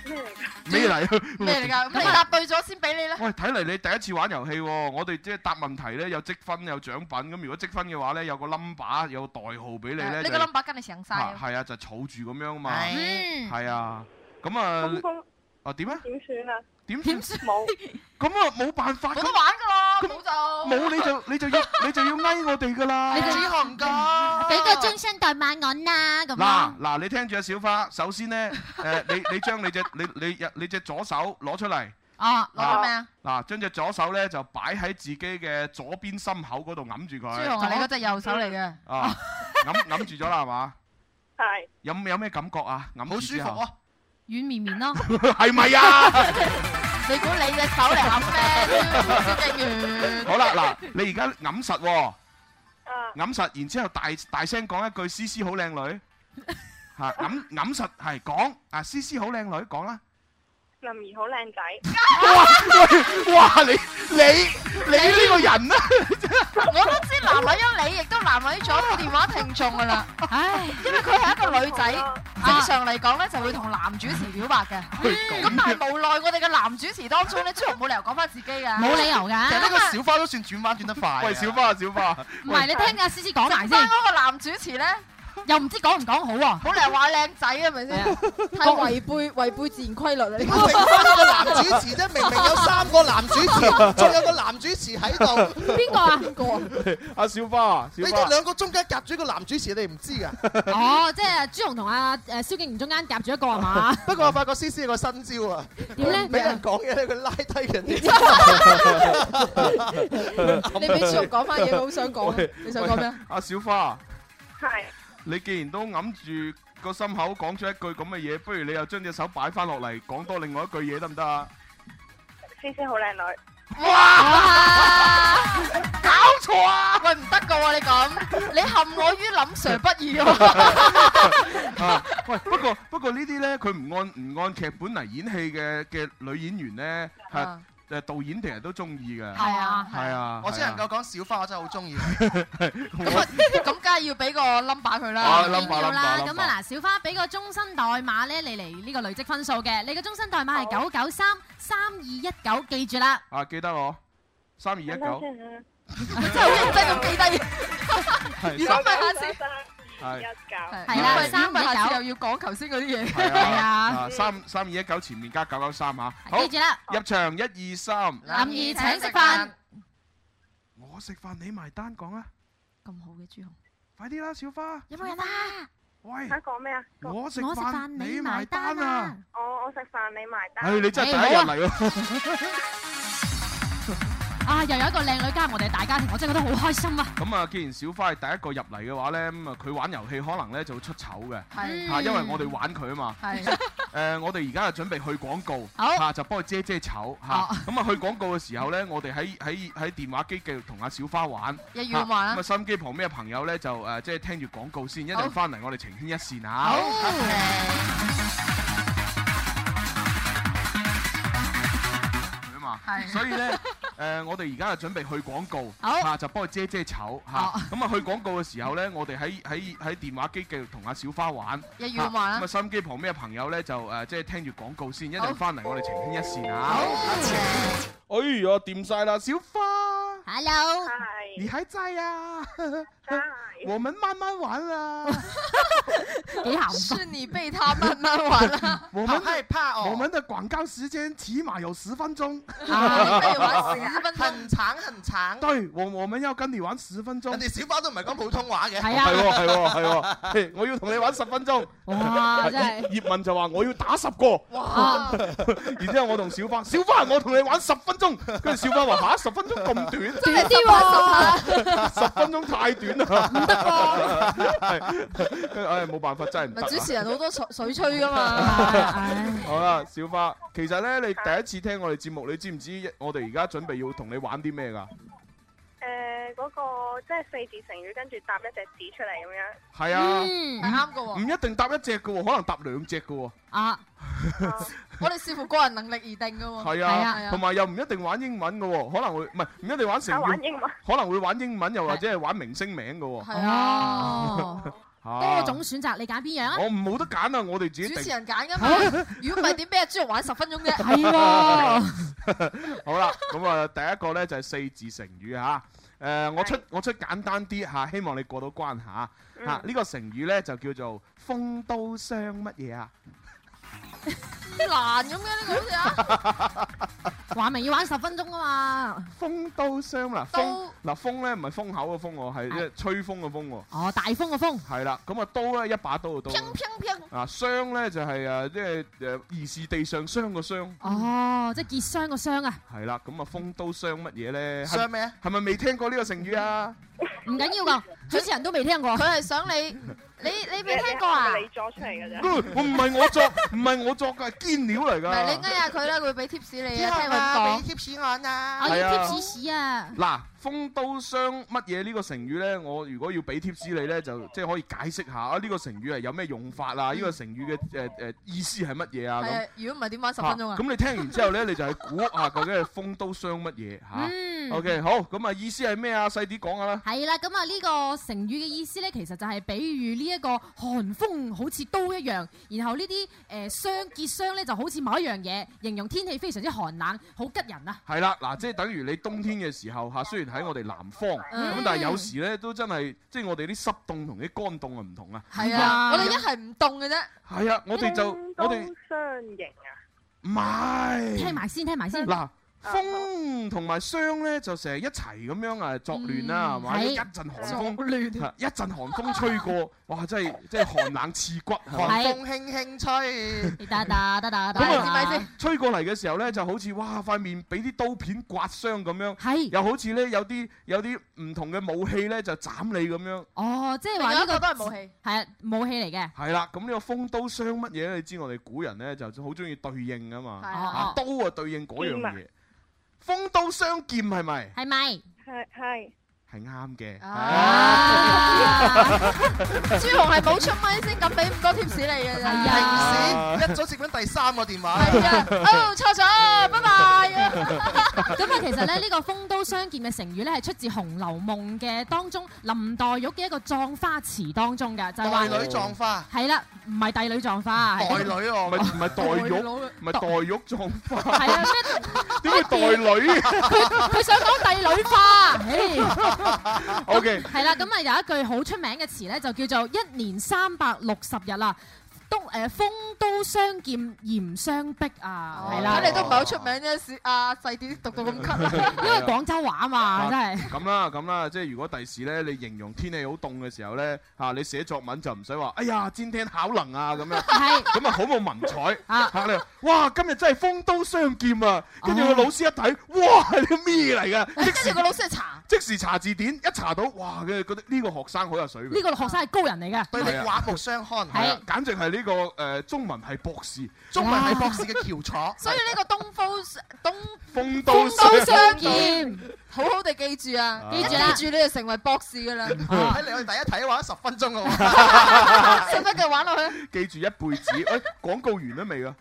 Speaker 2: 咩嚟㗎
Speaker 1: 咩嚟？
Speaker 4: 咩嚟㗎？咁你答對咗先俾你啦。
Speaker 3: 喂，睇嚟你第一次玩遊戲喎，我哋即係答問題咧，有積分有獎品，咁如果積分嘅話咧，有個 number 有個代號俾你咧，
Speaker 4: 你
Speaker 3: 就
Speaker 4: 呃啊個 number 跟你成晒
Speaker 3: 啊
Speaker 4: 啊。
Speaker 3: 係啊，就儲住咁樣嘛，
Speaker 5: 係
Speaker 4: 嗯，
Speaker 3: 係啊，咁啊
Speaker 2: 咁咁
Speaker 3: 啊點啊？
Speaker 2: 點算啊？
Speaker 3: 點算
Speaker 4: 點算？
Speaker 2: 冇，
Speaker 3: 咁啊冇辦法，
Speaker 4: 冇
Speaker 3: 咁
Speaker 4: 得玩㗎啦，
Speaker 3: 咁
Speaker 4: 冇就
Speaker 3: 冇你 就你就要你就要翳我哋噶啦。
Speaker 5: 朱紅哥，
Speaker 6: 身代碼我啦，咁
Speaker 3: 嗱嗱，你聽住啊，小花，首先咧，誒你你將你隻你你你隻左手攞出嚟，
Speaker 6: 哦
Speaker 4: 啊攞咗咩啊？
Speaker 3: 嗱將隻左手咧就擺喺自己嘅左邊心口嗰度揞住
Speaker 4: 朱
Speaker 3: 佢，
Speaker 4: 紅係你嗰隻右手嚟嘅。
Speaker 3: 啊揞揞住咗啦係嘛？
Speaker 2: 係
Speaker 3: 有有咩感覺啊？揞
Speaker 5: 好舒 服
Speaker 3: 啊，
Speaker 5: 啊！
Speaker 4: 軟綿綿咯，
Speaker 3: 係咪啊？
Speaker 4: 你估你隻手嚟揞咩？蕭敬元，
Speaker 3: 好啦，嗱你而家揞實喎，
Speaker 9: à,
Speaker 2: 啊，
Speaker 3: 揞實，然之後大大聲講一句思思好靚女，嚇揞揞實係講啊思思好靚女 講啦。
Speaker 2: 林怡好靚仔，
Speaker 3: 哇！你你你呢個人啊，
Speaker 4: 我都知男女一你，亦都男女咗個電話聽眾噶啦。唉，因為佢係一個女仔，
Speaker 9: Ờ,
Speaker 10: 啊
Speaker 4: 正常嚟講咧就會同男主持表白嘅。咁但係無奈我哋嘅男主持當中咧，朱紅冇理由講翻自己㗎。
Speaker 6: 冇理由㗎。
Speaker 5: 其實呢個小花都算轉彎轉得快啊。
Speaker 3: 喂小花啊小 花啊，
Speaker 6: 唔係你聽阿思思講
Speaker 4: 剩
Speaker 6: 埋
Speaker 4: 翻，
Speaker 6: 先
Speaker 4: 嗰個男主持咧，
Speaker 6: 又唔知講唔講好喎。
Speaker 4: 冇理由話靚仔啊，係咪 先？
Speaker 10: 太違背違背自然規律啦！呢個
Speaker 5: 我 剩翻一個男主持啫，明明有三個 男主持，仲有個男主持喺度，
Speaker 6: 邊個啊？
Speaker 10: 邊個啊？
Speaker 1: 阿小花啊，
Speaker 5: 你
Speaker 1: 小
Speaker 5: 哋
Speaker 1: 花，
Speaker 5: 兩個中間夾住一個男主持，你唔知㗎。
Speaker 6: 哦，即係朱紅同阿誒蕭敬元中間夾住一個係嘛？
Speaker 5: 不過我發覺 C C 有個新招 啊，
Speaker 6: 點咧
Speaker 5: 唔俾人講嘢咧，佢拉低人哋。
Speaker 10: 你俾朱紅講翻嘢，我好想講
Speaker 1: 喂。
Speaker 10: 你想講咩啊？
Speaker 3: 阿小花啊，
Speaker 2: 係
Speaker 3: 你既然都揞住個心口講出一句咁嘅嘢，不如你又將隻手擺翻落嚟，講多另外一句嘢得唔得 啊？
Speaker 2: 思思好靚女，
Speaker 4: 哇！
Speaker 3: 搞錯啊！
Speaker 4: 喂，唔得㗎喎，你咁，你陷我於林 Sir 不義喎。
Speaker 3: 啊，喂，不過不過呢啲咧，佢唔按唔按劇本嚟演戲嘅嘅女演員咧，係
Speaker 10: 啊
Speaker 4: 係
Speaker 3: 誒導演其實都中意嘅，
Speaker 4: 啊，
Speaker 3: 係。啊，
Speaker 5: 我只
Speaker 3: 係啊
Speaker 5: 能夠講小花，我真係好 中意佢。
Speaker 4: 咁啊 咁梗係要俾個 number 佢
Speaker 3: 啊
Speaker 4: 啦。
Speaker 3: ，number
Speaker 6: 緊要啦，
Speaker 3: number
Speaker 6: 咁啊嗱，小花俾個終身代碼咧，你嚟呢個累積分數嘅，你嘅終身代碼係九九三三二一九，記住啦。
Speaker 3: 啊，記得我三二一
Speaker 2: 等等
Speaker 9: Dạ,
Speaker 3: 九，
Speaker 2: 先啊，
Speaker 4: 真係好認真咁記低。
Speaker 3: 係
Speaker 4: 如果唔
Speaker 3: 三
Speaker 4: 係
Speaker 9: dạ,
Speaker 4: 下次，
Speaker 3: 係
Speaker 2: 一九，
Speaker 6: 係啦
Speaker 4: 如果唔係
Speaker 6: 三
Speaker 4: 如果唔係下次
Speaker 6: 九
Speaker 4: 又要講頭先嗰啲嘢。
Speaker 3: 係
Speaker 6: 係
Speaker 3: 啊，
Speaker 6: 啊，
Speaker 3: 啊三三二一九前面加九九三嚇，好
Speaker 6: 記住啦。
Speaker 3: 入場一二三。
Speaker 6: 林怡請食飯。
Speaker 3: 我食飯你埋單講啊！
Speaker 4: 咁好嘅朱紅，
Speaker 3: 快啲啦，小花，
Speaker 6: 有冇人啊？
Speaker 3: 喂，
Speaker 2: 嚇講咩啊？我
Speaker 3: 我食
Speaker 6: 我食飯
Speaker 3: 飯
Speaker 6: 你埋
Speaker 3: 埋
Speaker 6: 單
Speaker 3: 單
Speaker 6: 啊！！
Speaker 2: 我我食飯你埋單
Speaker 3: 唉，，你真係第
Speaker 6: 哎
Speaker 3: 一日嚟喎，
Speaker 6: 啊，又有一個靚女加入我哋大家庭，我真係覺得好開心啊！
Speaker 3: 咁啊，既然小花係第一個入嚟嘅話咧，咁啊，佢玩遊戲可能咧就會出醜嘅。
Speaker 4: 係
Speaker 3: 嚇，因為我哋玩佢啊嘛。
Speaker 4: 係
Speaker 3: 誒，我哋而家就準備去廣告，
Speaker 6: 好
Speaker 3: 嚇就幫佢遮遮醜嚇。
Speaker 6: 哦
Speaker 3: 咁啊，去廣告嘅時候咧，我哋喺喺喺電話機繼續同阿小花玩。
Speaker 4: 一
Speaker 3: 嚇
Speaker 4: 要話啦
Speaker 3: 咁啊，。心機旁邊嘅朋友咧就誒，即係聽住廣告先，一
Speaker 4: 好
Speaker 3: 陣翻嚟我哋情牽一線啊。
Speaker 4: 好。
Speaker 3: 啊嘛，
Speaker 4: 係
Speaker 3: 啊所以咧 誒，我哋而家就準備去廣告，
Speaker 1: 好
Speaker 3: 嚇就幫佢遮遮醜嚇。咁啊，去廣告嘅時候咧，我哋喺喺喺電話機繼續同阿小花玩，
Speaker 1: 一於咁玩啦
Speaker 3: 嚇咁啊，收音機旁邊嘅朋友咧就誒，即係聽住廣告先，一陣翻嚟我哋情牽一線啊。
Speaker 12: 哎呀，掂晒啦，小花，
Speaker 10: Hello，
Speaker 3: 你喺在啊？ 我們慢慢玩啊 啦。
Speaker 6: 幾鹹
Speaker 4: 是你被他慢慢玩啊 啦。
Speaker 3: 我
Speaker 5: 好害怕哦
Speaker 3: 我们的广告时间起码有十分钟。
Speaker 5: 啊你不如玩十分鐘很長很長
Speaker 3: 对，我我们要跟你玩十分钟。
Speaker 5: 人哋小巴都唔係講普通話 嘅，
Speaker 3: 係喎係喎係喎嘿，我要同你玩十分鐘。
Speaker 5: 哇真係
Speaker 3: 葉葉問就話我要打十個。
Speaker 5: 哇！
Speaker 4: 哦
Speaker 3: 然之後我同小花，小花我同你玩十分鐘。跟住小花話吓，十分鐘咁短，
Speaker 4: 真係啲喎
Speaker 3: 十分鐘太短啦，唔得喎。係， 唉冇辦法，真係唔 得
Speaker 4: 咪
Speaker 3: 啊。
Speaker 4: 主持人好多水水吹噶嘛，
Speaker 3: 好啦，小花，其實咧，你第一次聽我哋節目，你知唔知我哋而家準備要同你玩啲咩㗎？
Speaker 10: 诶，嗰個即係四字成語，跟住搭一隻字出 嚟咁樣。
Speaker 3: 係啊，
Speaker 10: 嗯
Speaker 3: 唔
Speaker 10: 係啱㗎
Speaker 3: 唔一定搭一隻㗎喎，可能搭兩隻㗎喎。
Speaker 6: 啊，
Speaker 4: 我哋視乎個人能力而定噶喎。
Speaker 3: 係啊，同埋又唔一定玩英文㗎喎，可能會唔係唔一定玩成
Speaker 4: 啊玩英文，
Speaker 3: 可能會玩英文，又或者係玩明星名㗎喎。
Speaker 4: 係啊，
Speaker 6: 哦
Speaker 3: 啊
Speaker 6: 多種選擇，你揀邊樣啊？
Speaker 3: 我唔冇得揀啊！我哋自己
Speaker 4: 主持
Speaker 3: 定。
Speaker 4: 人揀噶嘛。如果唔係點俾阿朱紅玩十分鐘啫？
Speaker 6: 係喎。
Speaker 3: 好啦，咁啊，第一個咧就係四字成語吓。誒、我出我出簡單啲嚇，希望你過到關嚇嚇。呢、
Speaker 10: 嗯
Speaker 3: 個成語咧就叫做風刀傷乜嘢啊？
Speaker 4: 難咁嘅呢個好似啊。
Speaker 6: 話明要玩十分鐘啊嘛。
Speaker 3: 風刀傷嗱風嗱風咧唔係風口嘅風喎，係即係吹風嘅風喎。
Speaker 6: 哦，大風嘅風。
Speaker 3: 係啦，咁啊刀咧一把刀嘅刀。啊傷咧就係誒即係誒疑是地上傷嘅傷。
Speaker 6: 哦，即係結霜個霜啊，
Speaker 3: 係啦，咁啊風刀傷乜嘢咧？
Speaker 5: 傷咩啊
Speaker 3: 係咪未聽過呢個成語啊？
Speaker 6: 唔緊要噶，主持人都未聽過。
Speaker 4: 佢係想你，你 你未聽過啊？你
Speaker 10: 作出嚟㗎
Speaker 3: 我唔係我作，唔係我作㗎，係堅料嚟
Speaker 4: 唔係
Speaker 3: 㗎
Speaker 4: 你。呃下佢啦，佢會俾 tips 你
Speaker 5: 之
Speaker 4: 啊，
Speaker 5: 後
Speaker 4: 聽
Speaker 5: 啊
Speaker 4: 佢
Speaker 5: 俾 tips 我啦，
Speaker 3: 我要係啊 tips
Speaker 6: 屎啊！
Speaker 3: 嗱，風刀傷乜嘢呢個成語呢？我如果要俾 tips 你呢，就即係可以解釋下啊呢、個成語係有咩用法啊？呢、個成語嘅誒誒意思係乜嘢啊？
Speaker 4: 講。嗯係
Speaker 3: 咁
Speaker 4: 啊，如果唔係點玩十分鐘
Speaker 3: 啊
Speaker 4: 啊？
Speaker 3: 咁你聽完之後呢，你就係估啊究竟係風刀傷乜嘢嚇
Speaker 6: 嗯
Speaker 3: ？OK，好，咁啊意思係咩啊？細啲講下啦。
Speaker 6: 係啦，咁啊呢個成語嘅意思咧，其實就係比喻呢一個寒風好似刀一樣，然後呢啲誒霜結霜咧就好似某一樣嘢，形容天氣非常之寒冷，好吉人啊！
Speaker 3: 係啦，嗱，即係等於你冬天嘅時候嚇，雖然喺我哋南方，咁、
Speaker 6: 嗯
Speaker 3: 但係有時呢，都真係，即係我哋啲濕凍同啲乾凍啊唔同啊。
Speaker 4: 係啊，我哋一係唔凍嘅啫。
Speaker 3: 係啊，我哋就我哋
Speaker 10: 相形啊，
Speaker 3: 唔係。啊
Speaker 6: 聽埋先，聽埋先。
Speaker 3: 嗱，
Speaker 10: 啊
Speaker 3: 風同埋霜咧就成日一齊咁樣啊作亂啦，係嘛？
Speaker 6: 係
Speaker 3: 一陣寒風，啊一陣寒風吹過，哇！真係真係寒冷刺骨，
Speaker 5: 寒
Speaker 3: 係
Speaker 5: 風輕輕吹，
Speaker 6: 得得得得
Speaker 3: 咁啊，吹過嚟嘅時候咧，就好似哇塊面俾啲刀片刮傷咁
Speaker 6: 樣，
Speaker 3: 又好似咧有啲有啲唔同嘅武器咧就斬你咁樣。
Speaker 6: 哦，即係話
Speaker 4: 另
Speaker 6: 呢
Speaker 4: 一個
Speaker 6: 個
Speaker 4: 都係武器，
Speaker 6: 係啊，武器嚟嘅。
Speaker 3: 係啦，咁呢個風刀傷乜嘢咧？你知我哋古人咧就好中意對應噶嘛，
Speaker 6: 係啊
Speaker 3: 啊刀啊對應嗰樣
Speaker 6: 劍啊
Speaker 3: 嘢，風刀相劍係咪？
Speaker 6: 係咪？
Speaker 10: 係係。
Speaker 3: 係啱嘅。
Speaker 4: 啊
Speaker 6: 啊
Speaker 4: 朱紅係冇出咪先咁俾咁多 tips 你嘅咋。
Speaker 10: 啊
Speaker 5: 平時一早接緊第三個電話，
Speaker 4: 係啊，哦錯咗，拜拜。
Speaker 6: 咁啊，其實咧呢個風刀相劍嘅成語咧係出自《紅樓夢》嘅當中林黛玉嘅一個葬花詞當中嘅，就係
Speaker 3: 哦
Speaker 6: 話
Speaker 5: 代女葬花
Speaker 6: 係啦，唔係帝女葬花，係
Speaker 5: 代女喎，
Speaker 3: 唔係 唔係代
Speaker 5: 代
Speaker 3: 玉，
Speaker 5: 女
Speaker 3: 唔係代玉葬花，
Speaker 6: 係啊
Speaker 3: 點會代 女
Speaker 6: 佢佢想講帝女花，唉
Speaker 3: ？O K，
Speaker 6: 係啦，咁啊有一句好出名嘅詞咧，就叫做一年三百六十日啦。都誒風刀相劍嚴相逼啊，係啦，
Speaker 4: 睇嚟都唔係好出名啫，阿細啲讀到咁級，
Speaker 6: 因為廣州話嘛，真係。
Speaker 3: 啊咁啦咁啦，即係如果第時咧，你形容天氣好凍嘅時候咧，嚇你寫作文就唔使話，哎呀煎聽考能啊咁樣，
Speaker 6: 係
Speaker 3: 咁啊好冇文采
Speaker 6: 啊
Speaker 3: 嚇你，哇今日真係風刀相劍啊！跟住個老師一睇，哇你咩嚟㗎？即
Speaker 4: 跟 住個
Speaker 3: 時
Speaker 4: 老師係查。
Speaker 3: 即時查字典，一查到，哇佢覺得呢個學生好有水平，
Speaker 6: 呢個學生係高人嚟嘅，
Speaker 5: 對你刮目相看，
Speaker 3: 係啊，簡直係呢個誒中文係博士，
Speaker 5: 中文係博士嘅翹 楚，
Speaker 4: 所以呢個東風東
Speaker 3: 風刀
Speaker 4: 風刀相
Speaker 5: 劍
Speaker 4: 劍，好好地記住啊！
Speaker 5: 記住啦
Speaker 4: 一記住你就成為博士噶啦，
Speaker 5: 睇嚟我哋第一睇玩咗十分鐘嘅喎。
Speaker 4: 使唔使繼續玩落去？
Speaker 3: 記住一輩子。喂，廣告完咗未啊？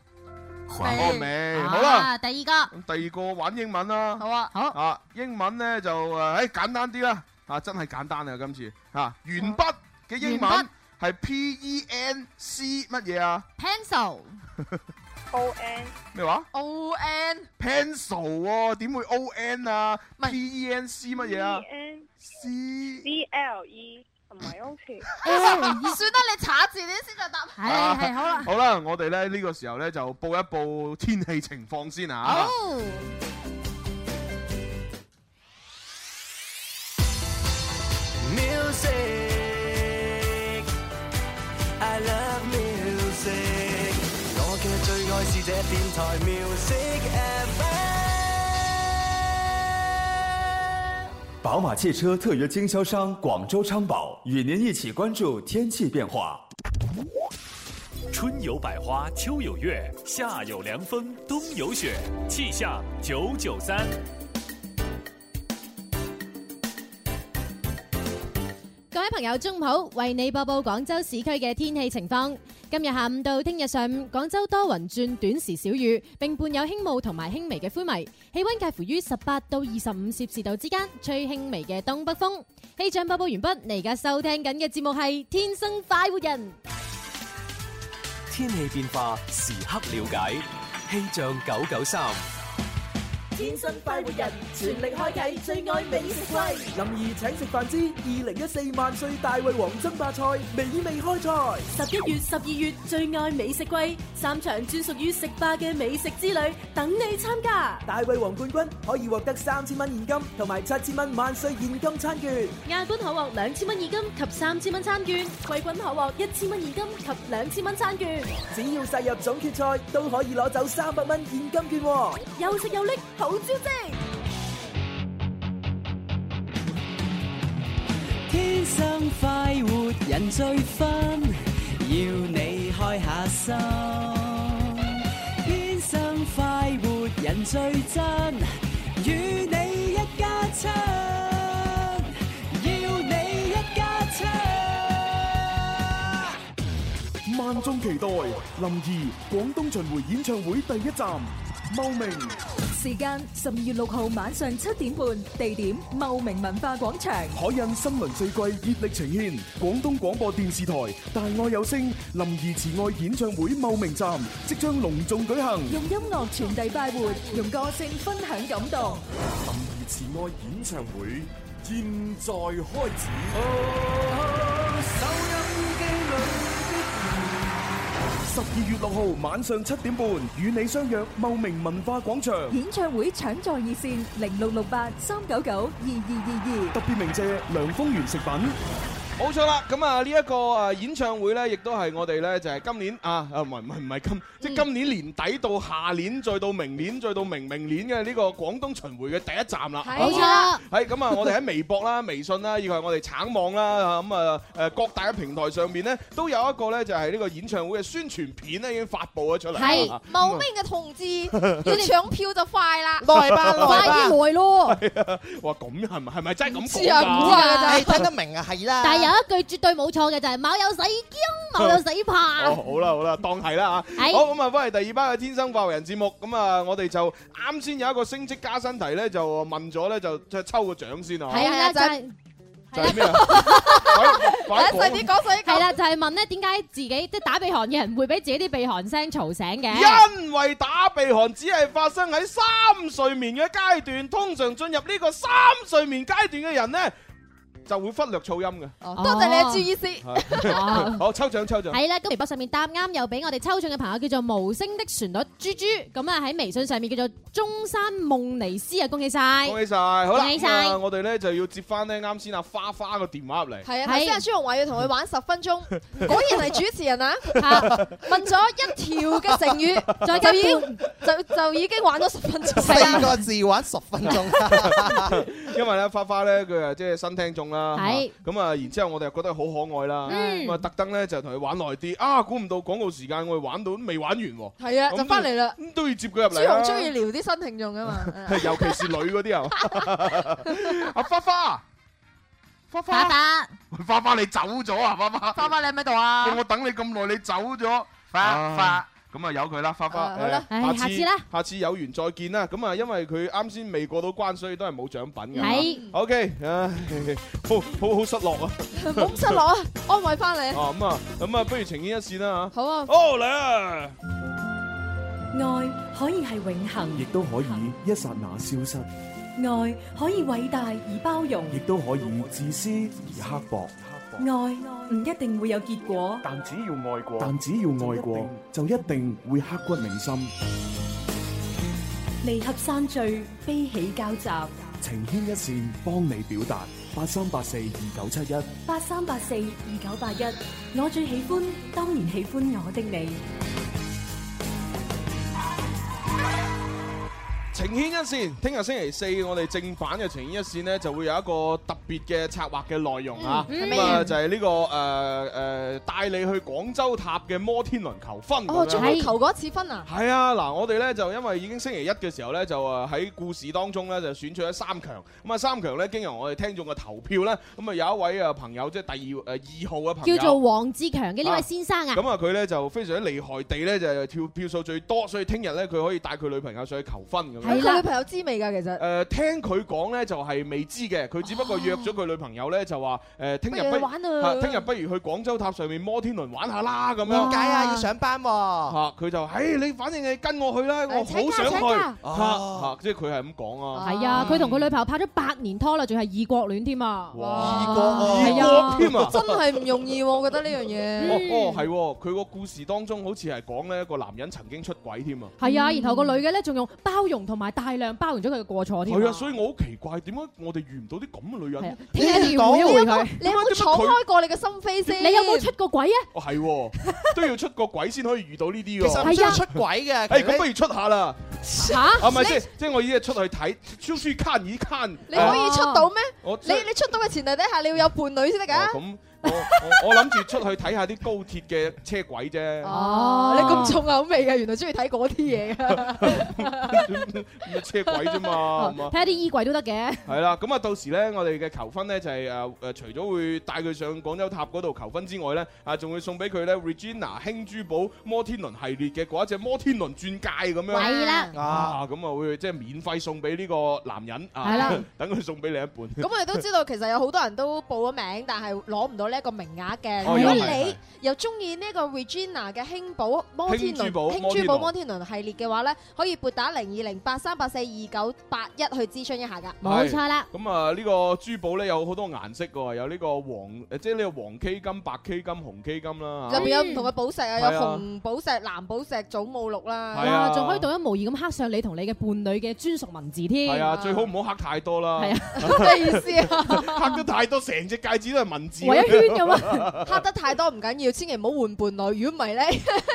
Speaker 13: 哦未，好
Speaker 14: 啊
Speaker 13: 啦。
Speaker 14: 第二個
Speaker 13: 咁第二個玩英文啦。
Speaker 14: 好啊好
Speaker 13: 啊，英文咧就誒，誒簡單啲啦。啊，真係簡單啊，今次嚇鉛筆嘅英
Speaker 14: 鉛筆
Speaker 13: 文係 P E N C 乜嘢啊？
Speaker 14: pencil
Speaker 15: O N
Speaker 13: 咩話
Speaker 16: O N
Speaker 13: ？pencil 喎，點會 O N 啊？P E N C 乜嘢啊
Speaker 15: N
Speaker 13: ？C
Speaker 15: C L E 唔係好似。
Speaker 16: 算啦，你查字典先再答。
Speaker 13: 啊
Speaker 16: 係好啦。
Speaker 13: 好啦，我哋咧呢個時候咧就報一報天氣情況先啊。
Speaker 17: Music, I love music。我嘅最愛是這電台 Music FM。
Speaker 18: 宝马汽车特约经销商广州昌宝与您一起关注天气变化。
Speaker 19: 春有百花，秋有月，夏有凉风，冬有雪。气象九九三，
Speaker 6: 各位朋友，中午好！為你播報廣州市區嘅天氣情況。今日下午到聽日上午，廣州多雲轉短時小雨，並伴有輕霧同埋輕微嘅灰霾，氣温介乎於十八到二十五攝氏度之間，吹輕微嘅東北風。氣象播報完畢，你而家收聽緊嘅節目係《天生快活人》。
Speaker 20: 天氣變化時刻了解，氣象九九三。
Speaker 21: 天生快活人，全力開啟最愛美食季。林兒請食飯之二零一四萬歲大胃王爭霸賽美味開賽，
Speaker 22: 十一月、十二月最愛美食季，三場專屬於食霸嘅美食之旅等你參加。
Speaker 21: 大胃王冠軍可以獲得三千蚊現金同埋七千蚊萬歲現金餐券。
Speaker 22: 亞軍可獲兩千蚊現金及三千蚊餐券，季軍可獲一千蚊現金及兩千蚊餐券。
Speaker 21: 只要殺入總決賽，都可以攞走三百蚊現金券喎。
Speaker 22: 又食又拎，好招積！
Speaker 10: 天生快活人最 fun，要你開下心。天生快活人最真，與你一家親，要你一家親。
Speaker 1: 萬眾期待林怡廣東巡迴演唱會第一站，茂名。
Speaker 2: 時間十二月六號晚上七點半，地點茂名文化廣場。
Speaker 1: 海印新輪四季熱力呈現，廣東廣播電視台《大愛有聲》林怡慈愛演唱會茂名站即將隆重舉行。
Speaker 2: 用音樂傳遞快活，用歌聲分享感動。
Speaker 23: 林兒慈愛演唱會現在開始。
Speaker 1: 十二月六號晚上七點半，與你相約茂名文化廣場。
Speaker 2: 演唱會搶座熱線零六六八三九九二二二二。
Speaker 1: 特別鳴謝涼風園食品。
Speaker 3: 冇錯啦，咁啊呢一個啊演唱會咧，亦都係我哋咧就係今年啊啊唔係唔係唔係
Speaker 4: 嗯
Speaker 3: 今，即係今年年底到下年，再到明年，再到明明年嘅呢個廣東巡迴嘅第一站啦。
Speaker 13: 冇錯啦
Speaker 3: 係咁啊，我哋喺微博啦、微信啦，以及我哋橙網啦，啊咁啊誒各大嘅平台上面咧，都有一個咧就係呢個演唱會嘅宣傳片咧已經發布咗出嚟。
Speaker 4: 係
Speaker 3: 啊
Speaker 4: 茂名嘅同志要搶票就快啦，
Speaker 3: 來吧來吧
Speaker 4: 快啲來咯！
Speaker 3: 係啊，哇咁係咪係咪真係咁
Speaker 4: 知
Speaker 3: 講
Speaker 4: 啊
Speaker 3: 㗎
Speaker 4: 估下㗎咋
Speaker 5: 係聽得明啊，係啦。
Speaker 6: 但係有一句絕對冇錯嘅就係卯有死驚，卯有死怕。
Speaker 3: 哦，好啦好啦，當係啦嚇。
Speaker 6: 係
Speaker 3: 好咁啊，翻嚟第二班嘅天生化為人節目，咁啊，我哋就啱先有一個升職加薪題咧，就問咗咧，就即係抽個獎先啊。
Speaker 6: 係啊，就係
Speaker 3: 就係咩 啊？快快講
Speaker 6: 講細啲講。係啦，就係問咧點解自己即係打鼻鼾嘅人會俾自己啲鼻鼾聲嘈醒 嘅？
Speaker 3: 因為打鼻鼾只係發生喺三睡眠嘅階段，通常進入呢個三睡眠階段嘅人咧，就會忽略噪音嘅。
Speaker 6: 多謝你嘅注意先
Speaker 3: 係好，抽獎抽獎。
Speaker 6: 哦係啦，咁微博上面答啱又俾我哋抽中嘅朋友叫做無聲的旋律豬豬，咁啊喺微信上面叫做中山夢尼斯啊，恭喜晒！
Speaker 3: 恭喜晒！好啦，
Speaker 6: 恭喜
Speaker 3: 咁
Speaker 6: 晒
Speaker 3: 啊我哋咧就要接翻咧啱先阿花花個電話入嚟。
Speaker 4: 係啊，頭先阿朱紅話要同佢玩十分鐘，果然係主持人啊！
Speaker 6: 嚇
Speaker 4: 問咗一條嘅成語，
Speaker 6: 再
Speaker 4: 就已經就就已經玩咗十分鐘。
Speaker 5: 四個字玩十分鐘，
Speaker 3: 因為咧花花咧佢啊即係新聽眾啦，
Speaker 5: 係
Speaker 3: 嚇咁啊，然之後我哋又覺得好可愛啦，
Speaker 4: 嗯
Speaker 3: 咁啊特登咧就同佢玩耐啲啊，估唔到廣告時間我哋玩到都未玩完喎，
Speaker 4: 係啊，
Speaker 3: 咁
Speaker 4: 就翻嚟啦。
Speaker 3: 都，都要接佢入
Speaker 4: 朱
Speaker 3: 嚟啦，
Speaker 4: 紅中意聊啲新聽眾噶嘛？
Speaker 3: 尤其是女嗰啲啊，阿花花，花
Speaker 14: 花花，
Speaker 3: 喂花花你走咗啊，花花，
Speaker 16: 花花你喺咪度啊？
Speaker 3: 我等你咁耐你走咗，
Speaker 16: 花花
Speaker 3: 咁啊由佢啦，花花，
Speaker 6: 啊 好啦
Speaker 3: 誒
Speaker 6: 唉下次啦
Speaker 3: 下次有緣再見啦。咁啊，因為佢啱先未過到關，所以都係冇獎品嘅。
Speaker 4: 係
Speaker 3: OK，唉，好好好失落啊！
Speaker 4: 冇咁失落啊，安慰翻你。
Speaker 3: 哦，咁啊，咁啊，不如情牽一線啦嚇。
Speaker 4: 好啊，
Speaker 3: 哦嚟啊！
Speaker 2: 愛可以係永恆，
Speaker 1: 亦都可以一刹那消失，
Speaker 2: 愛可以偉大而包容，
Speaker 1: 亦都可以自私而刻薄。
Speaker 2: 愛唔一定會有結果。
Speaker 1: 但只要愛過，但只要愛過，就一定會刻骨銘心。
Speaker 2: 離合散聚，悲喜交集。
Speaker 1: 情牽一線，幫你表達。八三八四二九七一。
Speaker 2: 八三八四二九八一，我最喜歡，當然喜歡我的你。
Speaker 3: 情牽一線，聽日星期四我哋正版嘅情牽一線呢，就會有一個特別嘅策劃嘅內容啊，
Speaker 4: 嗯
Speaker 3: 咁啊
Speaker 4: 嗯
Speaker 3: 就係呢個誒誒帶你去廣州塔嘅摩天輪求婚
Speaker 4: 哦，
Speaker 3: 咁
Speaker 4: 仲
Speaker 3: 樣
Speaker 4: 要。求過一次婚啊？
Speaker 3: 係啊，嗱，我哋呢就因為已經星期一嘅時候呢，就誒喺故事當中呢，就選出咗三強，咁啊三強呢，經由我哋聽眾嘅投票呢，咁啊有一位啊朋友即係第二誒二號嘅朋友
Speaker 6: 叫做黃志強嘅呢
Speaker 3: 啊
Speaker 6: 位先生啊，
Speaker 3: 咁啊，佢咧就非常之厲害地咧，就係跳票數最多，所以聽日咧佢可以帶佢女朋友上去求婚咁
Speaker 6: 啊
Speaker 3: 樣。
Speaker 4: 係佢女朋友知未㗎？其實
Speaker 3: 誒呃聽佢講咧就係未知嘅，佢只不過約咗佢女朋友咧就話誒聽日
Speaker 4: 不如去
Speaker 3: 不
Speaker 4: 玩啊
Speaker 3: 啊聽日不如去廣州塔上面摩天輪玩下啦咁樣。
Speaker 5: 點解啊？要上班喎。
Speaker 3: 嚇佢就誒你反正係跟我去啦，我好
Speaker 6: 請假
Speaker 3: 想
Speaker 6: 請
Speaker 3: 去
Speaker 6: 假
Speaker 3: 嚇嚇，即係佢係咁講
Speaker 4: 哦
Speaker 3: 啊。
Speaker 6: 係啊，佢同佢女朋友拍咗八年拖啦，仲係異國戀添啊，
Speaker 3: 哇
Speaker 6: 異
Speaker 3: 國啊
Speaker 6: 係
Speaker 3: 異
Speaker 6: 啊
Speaker 3: 國，添啊
Speaker 4: 真係唔容易喎，我覺得呢樣
Speaker 3: 哦
Speaker 4: 嘢。
Speaker 3: 哦係喎，佢個故事當中好似係講呢個男人曾經出軌添啊。
Speaker 6: 係啊，然後個女嘅咧仲用包容同埋大量包容咗佢嘅過錯添。啊
Speaker 3: 係啊，所以我好奇怪點解我哋遇唔到啲咁嘅女人？
Speaker 6: 聽日要會會佢，
Speaker 4: 你有冇敞開過你嘅心扉先？
Speaker 6: 你有冇出過軌啊？
Speaker 3: 哦，係喎，都要出個鬼先可以遇到呢啲
Speaker 5: 其
Speaker 3: 喎。
Speaker 5: 實
Speaker 6: 啊
Speaker 5: 唔需要出軌嘅。
Speaker 3: 誒，咁不如出下啦。
Speaker 4: 嚇
Speaker 3: 啊，唔係即係即係我依家出去睇，出書看一看。啊
Speaker 4: 你可以出到咩？
Speaker 3: 我啊
Speaker 4: 你你出到嘅前提底下，你要有伴侶先得㗎。
Speaker 3: 哦咁我我我諗住出去睇下啲高鐵嘅車軌啫。
Speaker 4: 哦，你咁重口味嘅，原來中意睇嗰啲嘢嘅。
Speaker 3: 咁啊嘅車軌 啫
Speaker 4: 哦
Speaker 3: 嘛，係嘛
Speaker 6: 睇？下啲衣櫃都得嘅。
Speaker 3: 係啦，咁啊到時咧，我哋嘅求婚咧就係誒誒，除咗會帶佢上廣州塔嗰度求婚之外咧，啊仲會送俾佢咧 Regina 輕珠寶摩天輪系列嘅嗰一隻摩天輪鑽戒咁樣。
Speaker 6: 係啦
Speaker 3: 啊咁啊會即係免費送俾呢個男人
Speaker 4: 係啦
Speaker 3: 啊， 等佢送俾你一 半。
Speaker 4: 咁我哋都知道，其實有好多人都報咗名，但係攞唔到呢一個名額嘅。
Speaker 3: 哦
Speaker 4: 如果
Speaker 3: 有係係
Speaker 4: 你又中意呢一個 Regina 嘅輕寶摩天輪、
Speaker 3: 輕珠寶
Speaker 4: 輕珠寶
Speaker 3: 摩
Speaker 4: 摩天輪系列嘅話咧，可以撥打零二零八三八四二九八一去諮詢一下㗎。
Speaker 3: 係。咁啊，呢個珠寶咧有好多顏色喎，有呢個黃誒，即係呢個黃 K 金、白 K 金、紅 K 金啦。
Speaker 4: 入邊有唔同嘅寶石啊，有
Speaker 3: 係啊
Speaker 4: 紅寶石、藍寶石、祖母綠啦。
Speaker 3: 係啊
Speaker 6: 哇，仲可以獨一無二咁刻上你同你嘅伴侶嘅專屬文字添。
Speaker 3: 係啊，最好唔好刻太多啦。
Speaker 6: 係
Speaker 3: 啊
Speaker 4: 咩意思啊？
Speaker 3: 刻得太多，成隻戒指都係文字。
Speaker 4: 圍一圈咁 啊，黑得太多唔緊要，千祈唔好換伴侶，如果唔係咧，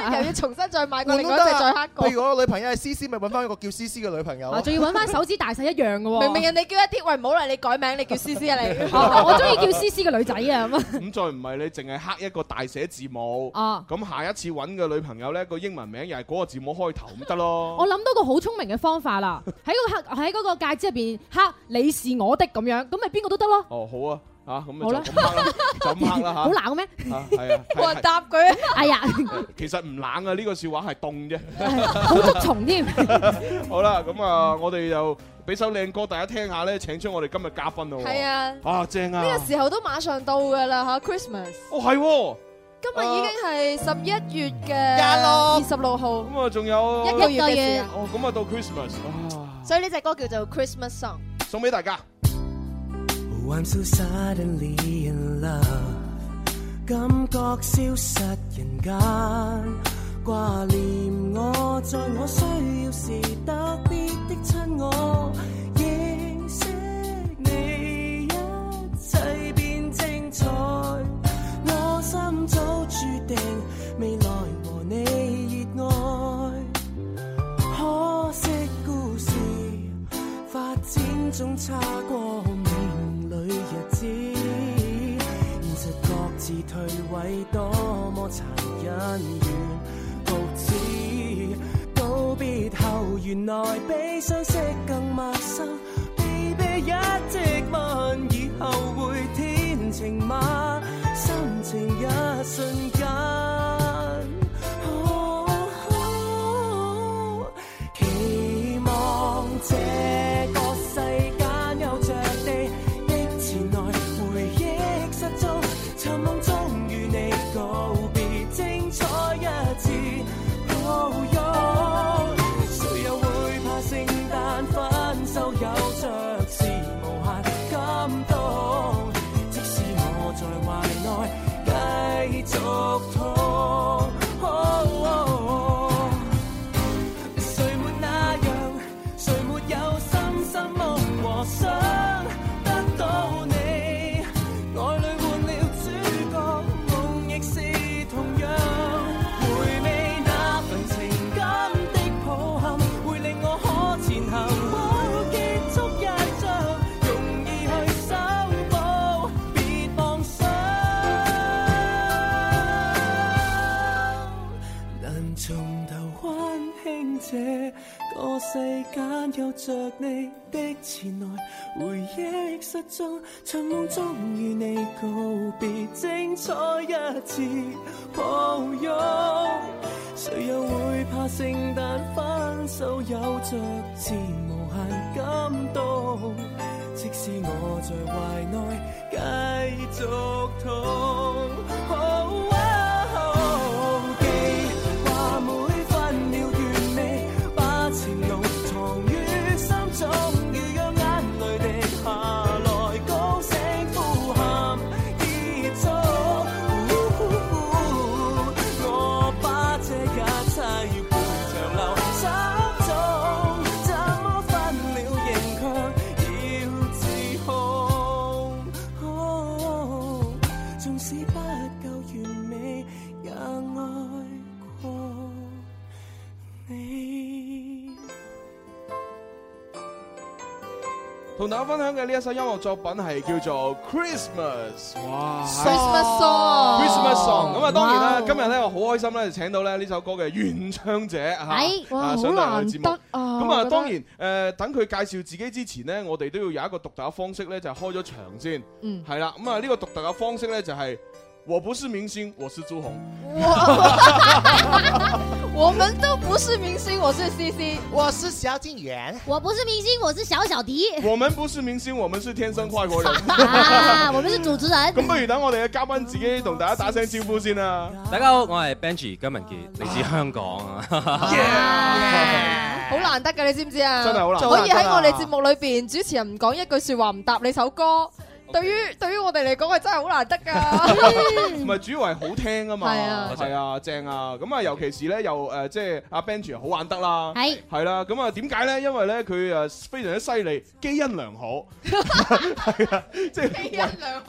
Speaker 3: 啊
Speaker 4: 又要重新再買過另外一隻再黑過
Speaker 5: 譬。如我女朋友係 C C，咪揾翻一個叫 C C 嘅女朋友咯。
Speaker 6: 啊，仲要揾翻手指大細一樣嘅喎。
Speaker 4: 明明人哋叫一啲，喂唔好啦，你改名，你叫 C C 啊你。
Speaker 6: 哦我中意叫 C C 嘅女仔啊咁啊。
Speaker 3: 咁再唔係你淨係刻一個大寫字母，
Speaker 6: 哦
Speaker 3: 咁下一次揾嘅女朋友咧個英文名又係嗰個字母開頭咁得咯。
Speaker 6: 我諗到個好聰明嘅方法啦，喺嗰個黑喺嗰個戒指入邊刻你是我的咁樣，咁咪邊個都得咯。
Speaker 3: 哦，好啊，嚇咁
Speaker 6: 好啦
Speaker 3: 啊就咁刻啦，就咁刻啦嚇。
Speaker 6: 好冷嘅咩？
Speaker 3: 啊，係啊，係
Speaker 4: 冇人答佢。
Speaker 6: 哎呀，
Speaker 3: 係其實唔冷啊，呢個笑話係凍啫。
Speaker 6: 好捉蟲添。
Speaker 3: 好啦，咁啊，我哋就俾首靚歌大家聽下咧，請出我哋今日嘉賓咯喎。
Speaker 4: 係啊
Speaker 3: 啊正啊！
Speaker 4: 呢個時候都馬上到㗎啦嚇，Christmas。
Speaker 3: 哦係喎，
Speaker 4: 今日已經係十一月嘅
Speaker 3: 廿六
Speaker 4: 二十六號，
Speaker 3: 咁啊仲有
Speaker 4: 一個月嘅時間
Speaker 3: 哦，咁啊到 Christmas 啊，
Speaker 4: 所以呢只歌叫做 Christmas Song。
Speaker 3: 送俾大家。
Speaker 10: Oh, I'm so suddenly in love，感覺消失人間，掛念我在我需要時特別的親我，認識你一切變精彩，我心早注定未來和你熱愛，可惜故事。發展總差過命裏日子，現實各自退位，多麼殘忍緣無止。告別後原來比相識更陌生，被迫一直問以後會天晴嗎？心情一瞬間。哦
Speaker 24: 拖。誰沒那樣，誰沒有深深夢和想得到你？愛裏換了主角，夢亦是同樣。回味那份情感的抱憾，會令我可前行，冇結束一章，容易去修補，別妄想。
Speaker 10: 難從頭溫馨這個世間有着你的前來，回憶失蹤，長夢中與你告別，精彩一次抱擁。誰又會怕聖誕分手有着字無限感動？即使我在懷內繼續痛。哦哦記話每分秒完美，把前路藏於心中，如讓眼淚滴下來，高聲呼喊結束。我把這一切回長留心中，怎麼分了形卻要自控？哦縱使不夠完美，也愛過你。
Speaker 3: 同大家分享嘅呢一首音樂作品係叫做 Christmas，哇
Speaker 4: Christmas song
Speaker 3: Christmas song。咁啊，當然啦，
Speaker 4: 哇
Speaker 3: 今日咧我好開心咧，就請到咧呢首歌嘅原唱者嚇，
Speaker 4: 係哇
Speaker 3: 啊
Speaker 4: 好
Speaker 3: 上到嚟我哋節目
Speaker 4: 難得啊
Speaker 3: 咁
Speaker 4: 我
Speaker 3: 啊，
Speaker 4: 覺得
Speaker 3: 當然誒，等佢介紹自己之前呢，我哋都要有一個獨特嘅方式咧，就係開咗場先，
Speaker 4: 嗯
Speaker 3: 係啦。咁啊，呢個獨特嘅方式咧就係我不是明星，我是朱 紅。
Speaker 4: 我们都不是明星，我是 C C，
Speaker 25: 我是小金元，
Speaker 6: 我不是明星，我是小小迪。
Speaker 3: 我們不是明星，我們是天生快 活人。
Speaker 6: 啊，我们是主持人。
Speaker 3: 咁不如等我哋嘅嘉賓自己同大家打聲招呼先啊啦。
Speaker 26: 大家好，我係 Benji 姜文傑，嚟自香港啊。
Speaker 4: 好難得嘅，你知唔知啊？
Speaker 26: 真係好難得
Speaker 4: 可以喺我哋節目裏邊，主持人唔講一句說話，唔答你首歌，對於對於我哋嚟講係真係好難 得㗎。
Speaker 3: 唔係主要係好聽啊嘛，
Speaker 4: 係啊
Speaker 3: 係啊，正啊，咁啊，尤其是咧又誒，即係阿 Benji 好玩得 啦，
Speaker 6: 哎
Speaker 4: 係
Speaker 3: 係啦，咁啊點解咧？因為咧佢誒非常之犀利，基因良好， 係啊，即係遺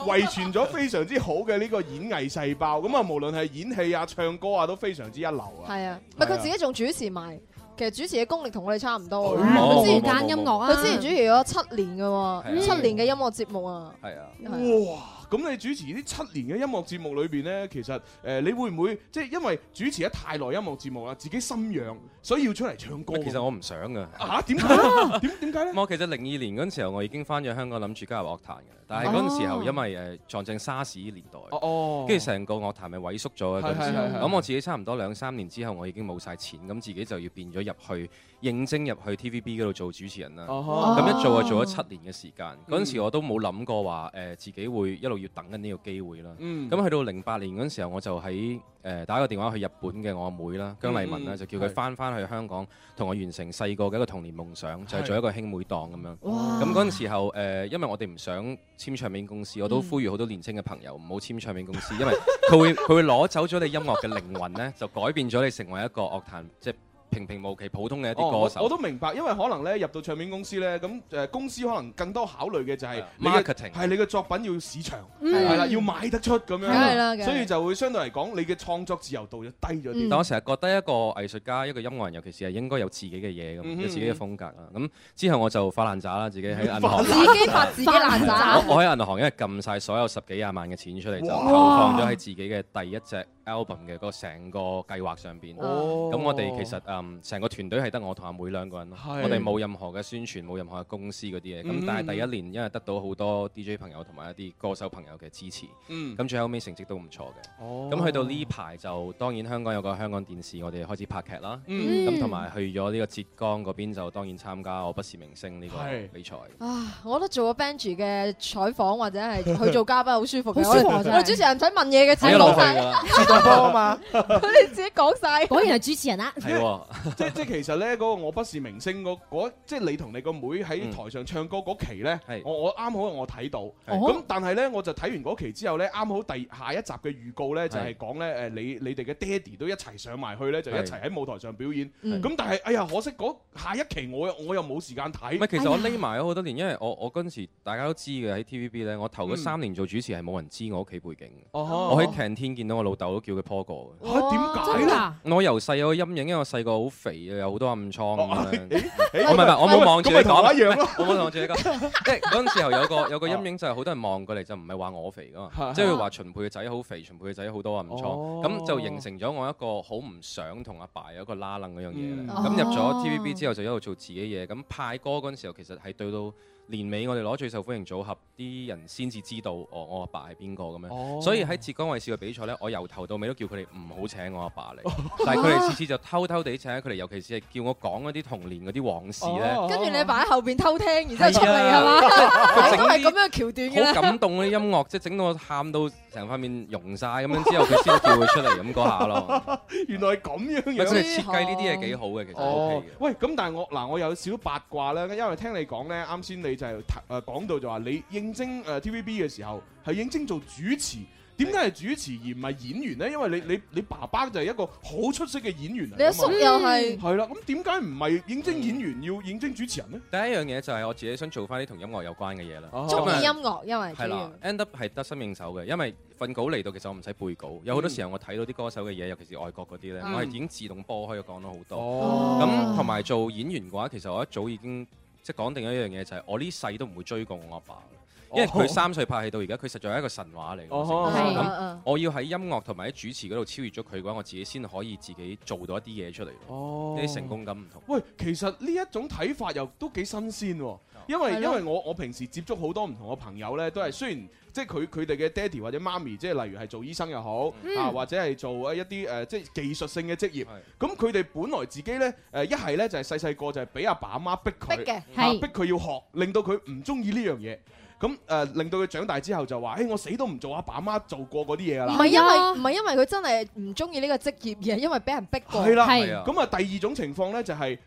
Speaker 3: 遺傳咗非常之好嘅呢個演藝細胞，咁啊無論係演戲啊、唱歌啊都非常之一流啊，
Speaker 4: 係啊，唔係佢自己仲主持埋。其實主持嘅功力同我哋差唔多
Speaker 6: 啊
Speaker 3: 嗯冇
Speaker 4: 佢
Speaker 3: 冇
Speaker 4: 之前
Speaker 3: 冇冇冇
Speaker 4: 佢之前主持咗七年嘅
Speaker 3: 係
Speaker 4: 喎，
Speaker 3: 啊
Speaker 4: 七年嘅音樂節目啊，
Speaker 3: 係啊
Speaker 4: 係
Speaker 3: 哇！咁你主持呢七年嘅音樂節目裏邊呢，其實誒、呃你會唔會即係因為主持得太耐音樂節目啊啦，自己心癢，所以要出嚟唱歌？
Speaker 26: 其實我唔想噶。
Speaker 3: 嚇點解？ 點點解咧？
Speaker 26: 我其實零二年嗰陣時候，我已經翻咗香港，諗住加入樂壇嘅。但係嗰陣時候，因為誒撞正沙士年代，
Speaker 3: 哦
Speaker 26: 跟住成個樂壇咪萎縮咗嘅嗰陣時
Speaker 3: 係係係係
Speaker 26: 候。咁我自己差唔多兩三年之後，我已經冇晒錢，咁自己就要變咗入去應徵入去 TVB 嗰度做主持人啦。
Speaker 3: 哦
Speaker 26: 咁一做就做咗七年嘅時間。嗰
Speaker 3: 嗯
Speaker 26: 陣時我都冇諗過話誒自己會一路要等緊呢個機會啦。
Speaker 3: 嗯
Speaker 26: 咁去到零八年嗰陣時候，我就喺誒打個電話去日本嘅我阿妹啦，姜麗文
Speaker 3: 嗯嗯
Speaker 26: 啦，就叫佢
Speaker 3: 係
Speaker 26: 翻。翻翻去香港，同我完成細個嘅一個童年夢想，就係做一個兄妹檔咁樣。哇咁嗰陣時候，誒、因為我哋唔想簽唱片公司，我都嗯呼籲好多年青嘅朋友唔好簽唱片公司，因為佢會佢會攞走咗你音樂嘅靈魂呢，就改 變咗你成為一個樂壇即係平平無奇普通嘅一
Speaker 3: 哦
Speaker 26: 啲歌手。
Speaker 3: 我我都明白，因為可能咧入到唱片公司咧，咁誒公司可能更多考慮嘅就係你嘅
Speaker 26: 啊 Marketing
Speaker 3: 係你嘅作品要市場，
Speaker 26: 嗯
Speaker 3: 係啦，要賣得出咁樣，
Speaker 26: 梗係啦梗係
Speaker 3: 所以就會相對嚟講，你嘅創作自由度就低咗啲。
Speaker 26: 但我成日覺得一個藝術家、一個音樂人，尤其是係應該有自己嘅嘢咁，
Speaker 3: 嗯哼
Speaker 26: 有自己嘅風格啦。咁之後我就發爛渣啦，自己 喺銀行。
Speaker 4: 自己發自己爛渣。
Speaker 26: 我我喺銀行因為撳晒所有十幾廿萬嘅錢出嚟，就
Speaker 4: 哇
Speaker 26: 投放咗喺自己嘅第一隻 album 嘅嗰個成個計劃上邊。
Speaker 3: 哦
Speaker 26: 咁我哋其實嗯成個團隊係得我同阿妹兩個人咯，
Speaker 3: 係
Speaker 26: 我哋冇任何嘅宣傳，冇任何嘅公司嗰啲嘢。咁
Speaker 3: 嗯
Speaker 26: 但係第一年因為得到好多 DJ 朋友同埋一啲歌手朋友嘅支持，
Speaker 3: 嗯
Speaker 26: 咁最後尾成績都唔錯嘅。
Speaker 3: 哦
Speaker 26: 咁去到呢排就當然香港有個香港電視，我哋開始拍劇啦。
Speaker 3: 嗯
Speaker 26: 咁同埋去咗呢個浙江嗰邊就當然參加我不是明星呢個比賽。
Speaker 4: 啊！我覺得做個 Benji 嘅採訪或 者係去做嘉賓好舒服嘅，
Speaker 26: 好舒服啊
Speaker 4: 我哋
Speaker 26: 真係
Speaker 4: 我哋主持人唔使問嘢嘅，自
Speaker 26: 睇
Speaker 4: 己
Speaker 26: 落
Speaker 4: 講
Speaker 26: 去
Speaker 4: 晒
Speaker 26: 㗎，啦。
Speaker 4: 佢哋自己講晒。
Speaker 22: 啊
Speaker 6: 果然係主持人啦。
Speaker 26: 係喎，
Speaker 3: 即即其實咧，嗰個我不是明星嗰嗰即係你同你個妹
Speaker 26: 嗯
Speaker 3: 喺台上唱歌嗰期咧，我我啱好我睇到，咁但係咧我就睇完嗰期之後咧，啱好第下一集嘅預告咧就係
Speaker 11: 係
Speaker 3: 講咧誒你你哋嘅爹哋都一齊上埋去咧，就一
Speaker 26: 係
Speaker 3: 齊喺舞台上表演。
Speaker 26: 嗯
Speaker 3: 咁但係哎呀，可惜嗰下一期我又我又冇時間睇。
Speaker 26: 唔係，其實我匿埋咗好多年，因為我我嗰陣時大家都知嘅喺 TVB 咧，我頭嗰
Speaker 3: 嗯
Speaker 26: 三年做主持係冇人知我屋企背景嘅。
Speaker 3: 哦
Speaker 26: 我喺 canteen 見到我老豆都叫佢 Po 哥嘅。
Speaker 3: 嚇點解咧？
Speaker 26: 我由細有個陰影，因為我細個好肥，又有好多暗瘡 咁樣。
Speaker 3: 哦
Speaker 26: 哦
Speaker 3: 誒
Speaker 26: 我唔係唔係，我冇望住你
Speaker 3: 咁咪啊同我
Speaker 26: 講，
Speaker 3: 一樣 咯哦
Speaker 26: 我冇望住你 講。即係嗰陣時候有個有個陰影就係好多人望過嚟就唔係話我肥噶嘛，
Speaker 11: 係
Speaker 26: 即係會話秦沛嘅仔好肥，秦沛嘅仔好多暗瘡，
Speaker 11: 哦
Speaker 26: 咁就形成咗我一個好唔想同阿爸有一個拉楞嗰樣嘢咧。
Speaker 11: 嗯
Speaker 26: 咁入
Speaker 11: 哦
Speaker 26: 咗 TVB 之後就一路做自己嘢，咁派歌嗰陣時候其實係對到。年尾我哋攞最受歡迎組合，啲人先至知道哦，我阿爸係邊個咁樣。
Speaker 11: 哦
Speaker 26: 所以喺浙江衛視嘅比賽呢，我由頭到尾都叫佢哋唔好請我阿爸嚟，但係佢哋次次就偷偷地請佢哋，尤其是係叫我講嗰啲童年嗰啲往事
Speaker 3: 哦
Speaker 26: 呢。
Speaker 4: 跟住你擺喺後邊偷聽，然之後出嚟
Speaker 26: 係
Speaker 4: 係
Speaker 26: 啊
Speaker 4: 嘛？
Speaker 26: 佢整
Speaker 4: 都係
Speaker 26: 啲
Speaker 4: 咁樣橋 段嘅
Speaker 26: 好
Speaker 4: 啦。
Speaker 26: 感動嗰啲音樂，即係整到我喊到成塊面溶晒咁樣之後，佢先叫佢出嚟咁嗰下咯。
Speaker 3: 原來係咁樣
Speaker 26: 咪
Speaker 3: 樣。
Speaker 26: 真係設計呢啲嘢幾好嘅，其實 OK
Speaker 3: 哦
Speaker 26: 嘅。，
Speaker 3: 喂，咁但係我嗱，我有少八卦咧，因為聽你講咧，啱先你就係誒講到就話你應徵呃誒 TVB 嘅時候係應徵做主持，點解係主持而唔係演員咧？因為你你你爸爸就係一個好出色嘅演員嚟㗎嘛，
Speaker 4: 你阿叔又係
Speaker 3: 係啦，咁點解唔係應徵演員要應徵主持人咧？
Speaker 26: 第一樣嘢就係我自己想做翻啲同音樂有關嘅嘢啦。
Speaker 4: 中
Speaker 26: 咁啊啊
Speaker 4: 意音樂，因為主
Speaker 26: 係啦
Speaker 4: 要
Speaker 26: ，end up 係得心應手嘅，因為份稿嚟到其實我唔使背稿，有好多時候我睇到啲歌手嘅嘢，尤其是外國嗰啲咧，
Speaker 4: 嗯
Speaker 26: 我係已經自動播開咗講咗好
Speaker 3: 多。
Speaker 26: 咁同埋做演員嘅話，其實我一早已經即係講定一樣嘢，就係我呢世都唔會追過我阿爸。因為佢三歲拍戲到而家，佢實在係一個神話嚟嘅。
Speaker 3: 哦
Speaker 4: 嗯
Speaker 26: 成個
Speaker 3: 係
Speaker 26: 咁我要喺音樂同埋喺主持嗰度超越咗佢嘅話，我自己先可以自己做到一啲嘢出嚟。
Speaker 3: 哦
Speaker 26: 啲成功感唔同。
Speaker 3: 喂，其實呢一種睇法又都幾新鮮喎，因為
Speaker 26: 係咯
Speaker 3: 因為我我平時接觸好多唔同嘅朋友呢，都
Speaker 26: 嗯
Speaker 3: 係雖然即係佢佢哋嘅爹哋或者媽咪，即係例如係做醫生又好、
Speaker 11: 嗯
Speaker 3: 啊，或者係做一啲誒、呃即係技術性嘅職業，咁佢哋本來自己呢，誒一係呢就係細細個就係俾阿爸阿媽逼佢，
Speaker 4: 逼嘅
Speaker 3: 啊
Speaker 4: 係
Speaker 3: 逼佢要學，令到佢唔中意呢樣嘢。咁誒、呃令到佢長大之後就話：，誒、我死都唔做阿爸阿媽做過嗰啲嘢㗎啦。
Speaker 4: 唔係因為唔係因為佢真係唔中意呢個職業，而係因為俾人逼過。
Speaker 3: 係啦，咁啊第二種情況咧就係誒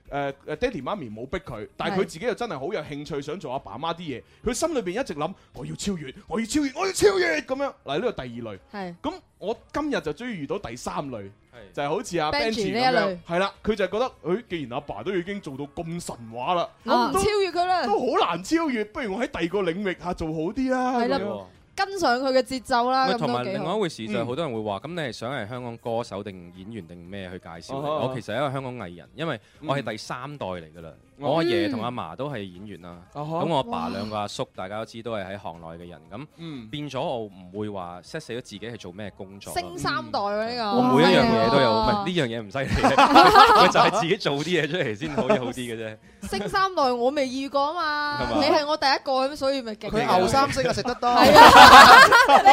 Speaker 3: 誒爹哋媽咪冇逼佢，但係佢
Speaker 4: 係
Speaker 3: 自己又真係好有興趣想做阿爸媽啲嘢，佢心裏邊一直諗我要超越，我要超越，我要超越咁樣。嗱呢個第二類，
Speaker 4: 係
Speaker 3: 咁我今日就終於遇到第三類，就係好似阿
Speaker 4: Benji
Speaker 3: Benji
Speaker 4: 呢
Speaker 3: 咁
Speaker 4: 一
Speaker 3: 樣
Speaker 4: 類，
Speaker 3: 係啦，佢就覺得誒既然阿爸都已經做到咁神話啦，
Speaker 4: 我唔
Speaker 3: 都
Speaker 4: 超越佢啦，
Speaker 3: 都好難超越，不如我喺第二個領域下做好啲啦。
Speaker 4: 係啦
Speaker 3: 咁樣
Speaker 4: 跟上佢嘅節奏啦，
Speaker 26: 喂
Speaker 4: 咁
Speaker 26: 同埋
Speaker 4: 都幾
Speaker 26: 另外
Speaker 4: 好
Speaker 26: 一。回事就係
Speaker 4: 嗯
Speaker 26: 好多人會話，咁你係想係香港歌手定演員定咩去介紹
Speaker 11: 哦
Speaker 26: 你？
Speaker 11: 哦
Speaker 26: 我其實係一個香港藝人，因為
Speaker 3: 嗯
Speaker 26: 我係第三代嚟㗎啦。
Speaker 11: 哦
Speaker 26: 我阿爺
Speaker 11: 嗯
Speaker 26: 同阿嫲都係演員啦，
Speaker 11: 哦
Speaker 26: 咁我阿爸
Speaker 11: 哇
Speaker 26: 兩個阿叔大家都知都係喺行內嘅人，
Speaker 3: 咁
Speaker 26: 變咗我唔會話 set 死咗自己係做咩 工作啦。
Speaker 4: 升三代喎呢個，
Speaker 26: 我每一樣嘢都有，唔係呢樣嘢唔犀利， 我就係自己做啲嘢出嚟先可以好啲嘅啫。
Speaker 4: 升三代我未遇過啊
Speaker 26: 係
Speaker 4: 嘛，
Speaker 26: 嘛
Speaker 4: 你係我第一個咁，所以咪勁。
Speaker 5: 佢牛三星啊食得多
Speaker 4: 係啊，你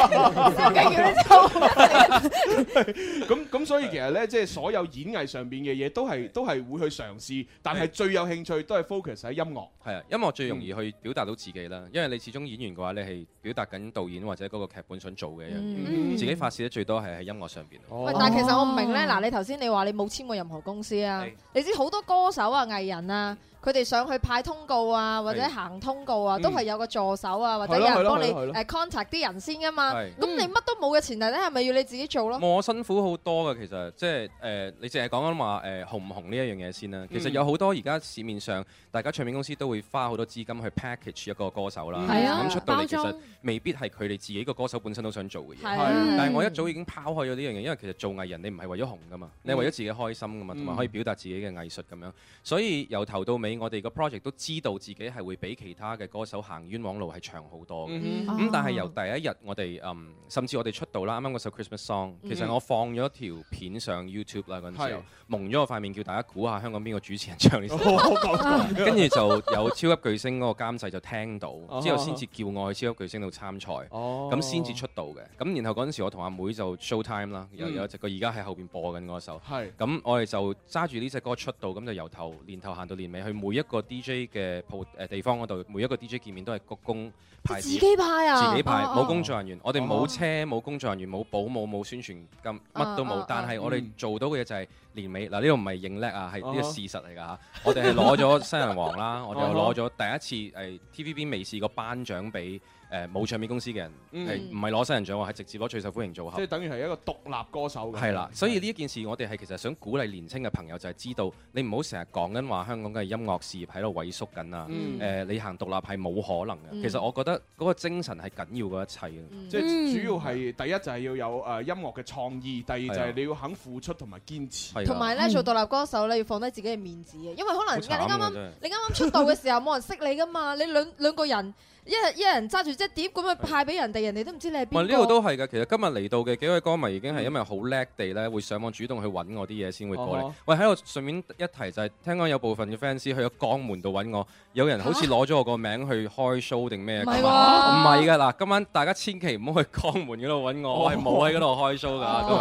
Speaker 4: 你
Speaker 3: 咁咁所以其實咧，即係所有演藝上邊嘅嘢都係都係會去嘗試，但係最有興趣都係 focus 喺音樂。
Speaker 26: 係啊，音樂最容易去表達到自己啦，因為你始終演員嘅話，你係表達緊導演或者嗰個劇本想做嘅一樣嘢，
Speaker 4: 嗯
Speaker 26: 自己發泄得最多係喺音樂上邊。
Speaker 3: 哦
Speaker 4: 喂，但係其實我唔明咧，嗱，你頭先你話你冇簽過任何公司啊，你知好多歌手啊、藝人啊，佢哋上去派通告啊，或者
Speaker 26: 係
Speaker 4: 行通告啊，
Speaker 26: 嗯
Speaker 4: 都係有個助手啊，或者
Speaker 26: 係
Speaker 4: 有
Speaker 26: 咯
Speaker 4: 人幫
Speaker 26: 係
Speaker 4: 你
Speaker 26: 咯係咯
Speaker 4: 誒 contact 啲人先噶嘛。
Speaker 26: 係
Speaker 4: 咁你乜都冇嘅前提咧，係咪要你自己做
Speaker 3: 哦
Speaker 4: 咯？
Speaker 26: 我辛苦好多嘅，其實即係誒、呃你淨係講緊話誒紅唔紅呢一樣嘢先啦。其實
Speaker 11: 嗯
Speaker 26: 有好多而家市面上，大家唱片公司都會花好多資金去 package 一個歌手啦。
Speaker 11: 係
Speaker 6: 嗯
Speaker 11: 啊
Speaker 26: 咁出到
Speaker 11: 包
Speaker 26: 嚟其
Speaker 11: 裝
Speaker 26: 實未必係佢哋自己個歌手本身都想做嘅嘢。
Speaker 11: 係啊嗯
Speaker 6: Ừ.
Speaker 26: 但係我一早已經拋開咗呢樣嘢，因為其實做藝人你唔係為咗紅噶嘛，你係為咗
Speaker 11: 嗯
Speaker 26: 自己開心噶嘛，同
Speaker 11: 嗯
Speaker 26: 埋可以表達自己嘅藝術咁樣。所以由頭到尾，我哋個 project 都知道自己係會比其他嘅歌手行冤枉路係長好多嘅。
Speaker 11: 嗯
Speaker 26: 咁、
Speaker 11: 哼
Speaker 26: 但係
Speaker 11: 哦
Speaker 26: 由第一日我哋嗯，甚至我哋出道啦，啱啱嗰首 Christmas Song，其實
Speaker 11: 嗯
Speaker 26: 我放咗條片上 YouTube
Speaker 10: 嗯
Speaker 26: 啦嗰陣時
Speaker 11: 係
Speaker 26: 候，蒙咗我塊面叫大家估下香港邊個主持人唱 呢首
Speaker 11: 哦我講
Speaker 26: 歌，
Speaker 11: 過
Speaker 26: 跟住就有超級巨星嗰個監製就聽到
Speaker 11: 哦，
Speaker 26: 之後先至叫我去超級巨星度參賽，
Speaker 10: 哦
Speaker 26: 咁先至出道嘅。咁然後嗰陣時我同阿妹就 show time 啦，有
Speaker 11: 嗯
Speaker 26: 有隻歌而家喺後邊播緊嗰首
Speaker 11: 係，
Speaker 26: 咁我哋就揸住呢隻歌出道，咁就由頭年頭行到年尾去每一個 DJ 嘅鋪誒地方嗰度，每一個 DJ 見面都係鞠躬派
Speaker 4: 自己派啊
Speaker 26: 自己派
Speaker 4: 哦
Speaker 26: 冇
Speaker 4: 哦
Speaker 26: 工作人員，我哋
Speaker 4: 哦
Speaker 26: 冇車冇工作人員冇保姆冇宣傳金，乜都
Speaker 4: 哦哦
Speaker 26: 冇
Speaker 4: 哦。
Speaker 26: 但係我哋
Speaker 4: 嗯
Speaker 26: 做到嘅嘢就係年尾嗱，呢度唔係認叻啊，係呢個
Speaker 4: 哦
Speaker 26: 事實嚟㗎嚇。我哋係攞咗新人王啦，我哋
Speaker 3: 哦
Speaker 26: 又攞咗第一次誒 TVB 未試過頒獎俾誒冇唱片公司嘅人，
Speaker 3: 嗯
Speaker 26: 係唔係攞新人獎喎，係直接攞最受歡迎組合
Speaker 3: 即係。等於係一個獨立歌手咁。嗯
Speaker 26: 係啦，所以呢一件事我哋係其實想鼓勵年青嘅朋友就係知道，你唔好成日講緊話香港嘅音樂事業喺度萎縮緊啊！誒、
Speaker 3: 嗯
Speaker 26: 你行獨立係冇可能嘅。
Speaker 3: 嗯
Speaker 26: 其實我覺得嗰個精神係緊要過一切嘅。
Speaker 3: 即
Speaker 4: 嗯
Speaker 3: 係主要係第一就係要有誒音樂嘅創意，第二就
Speaker 26: 啊
Speaker 3: 係你要肯付出同埋堅持。
Speaker 4: 同埋咧，做獨立歌手咧，要放低自己嘅面子嘅，因為可能
Speaker 3: 好
Speaker 4: 你
Speaker 3: 慘啊
Speaker 4: 啱
Speaker 11: 嗯
Speaker 3: 真
Speaker 4: 啱
Speaker 3: 係
Speaker 4: 你啱啱出道嘅時候冇人識你噶嘛，你兩兩個人一人一人揸住隻碟咁樣派俾人哋，人哋都唔知你係
Speaker 26: 唔係
Speaker 4: 邊
Speaker 26: 呢度
Speaker 4: 個。
Speaker 26: 都係嘅，其實今日嚟到嘅幾位歌迷已經係因為好叻地咧，會上網主動去揾我啲嘢先會過 嚟
Speaker 3: 哦。
Speaker 26: 喂，喺度順便一提就係，聽講有部分嘅 fans 去咗江門度揾我，有人好似攞咗我個名去開 show 定咩㗎
Speaker 3: 唔
Speaker 26: 嘛？
Speaker 3: 係
Speaker 26: 啊唔
Speaker 3: 喎
Speaker 26: 係㗎嗱，今晚大家千祈唔好去江門嗰度揾我，我係冇喺嗰度開 show 㗎今日。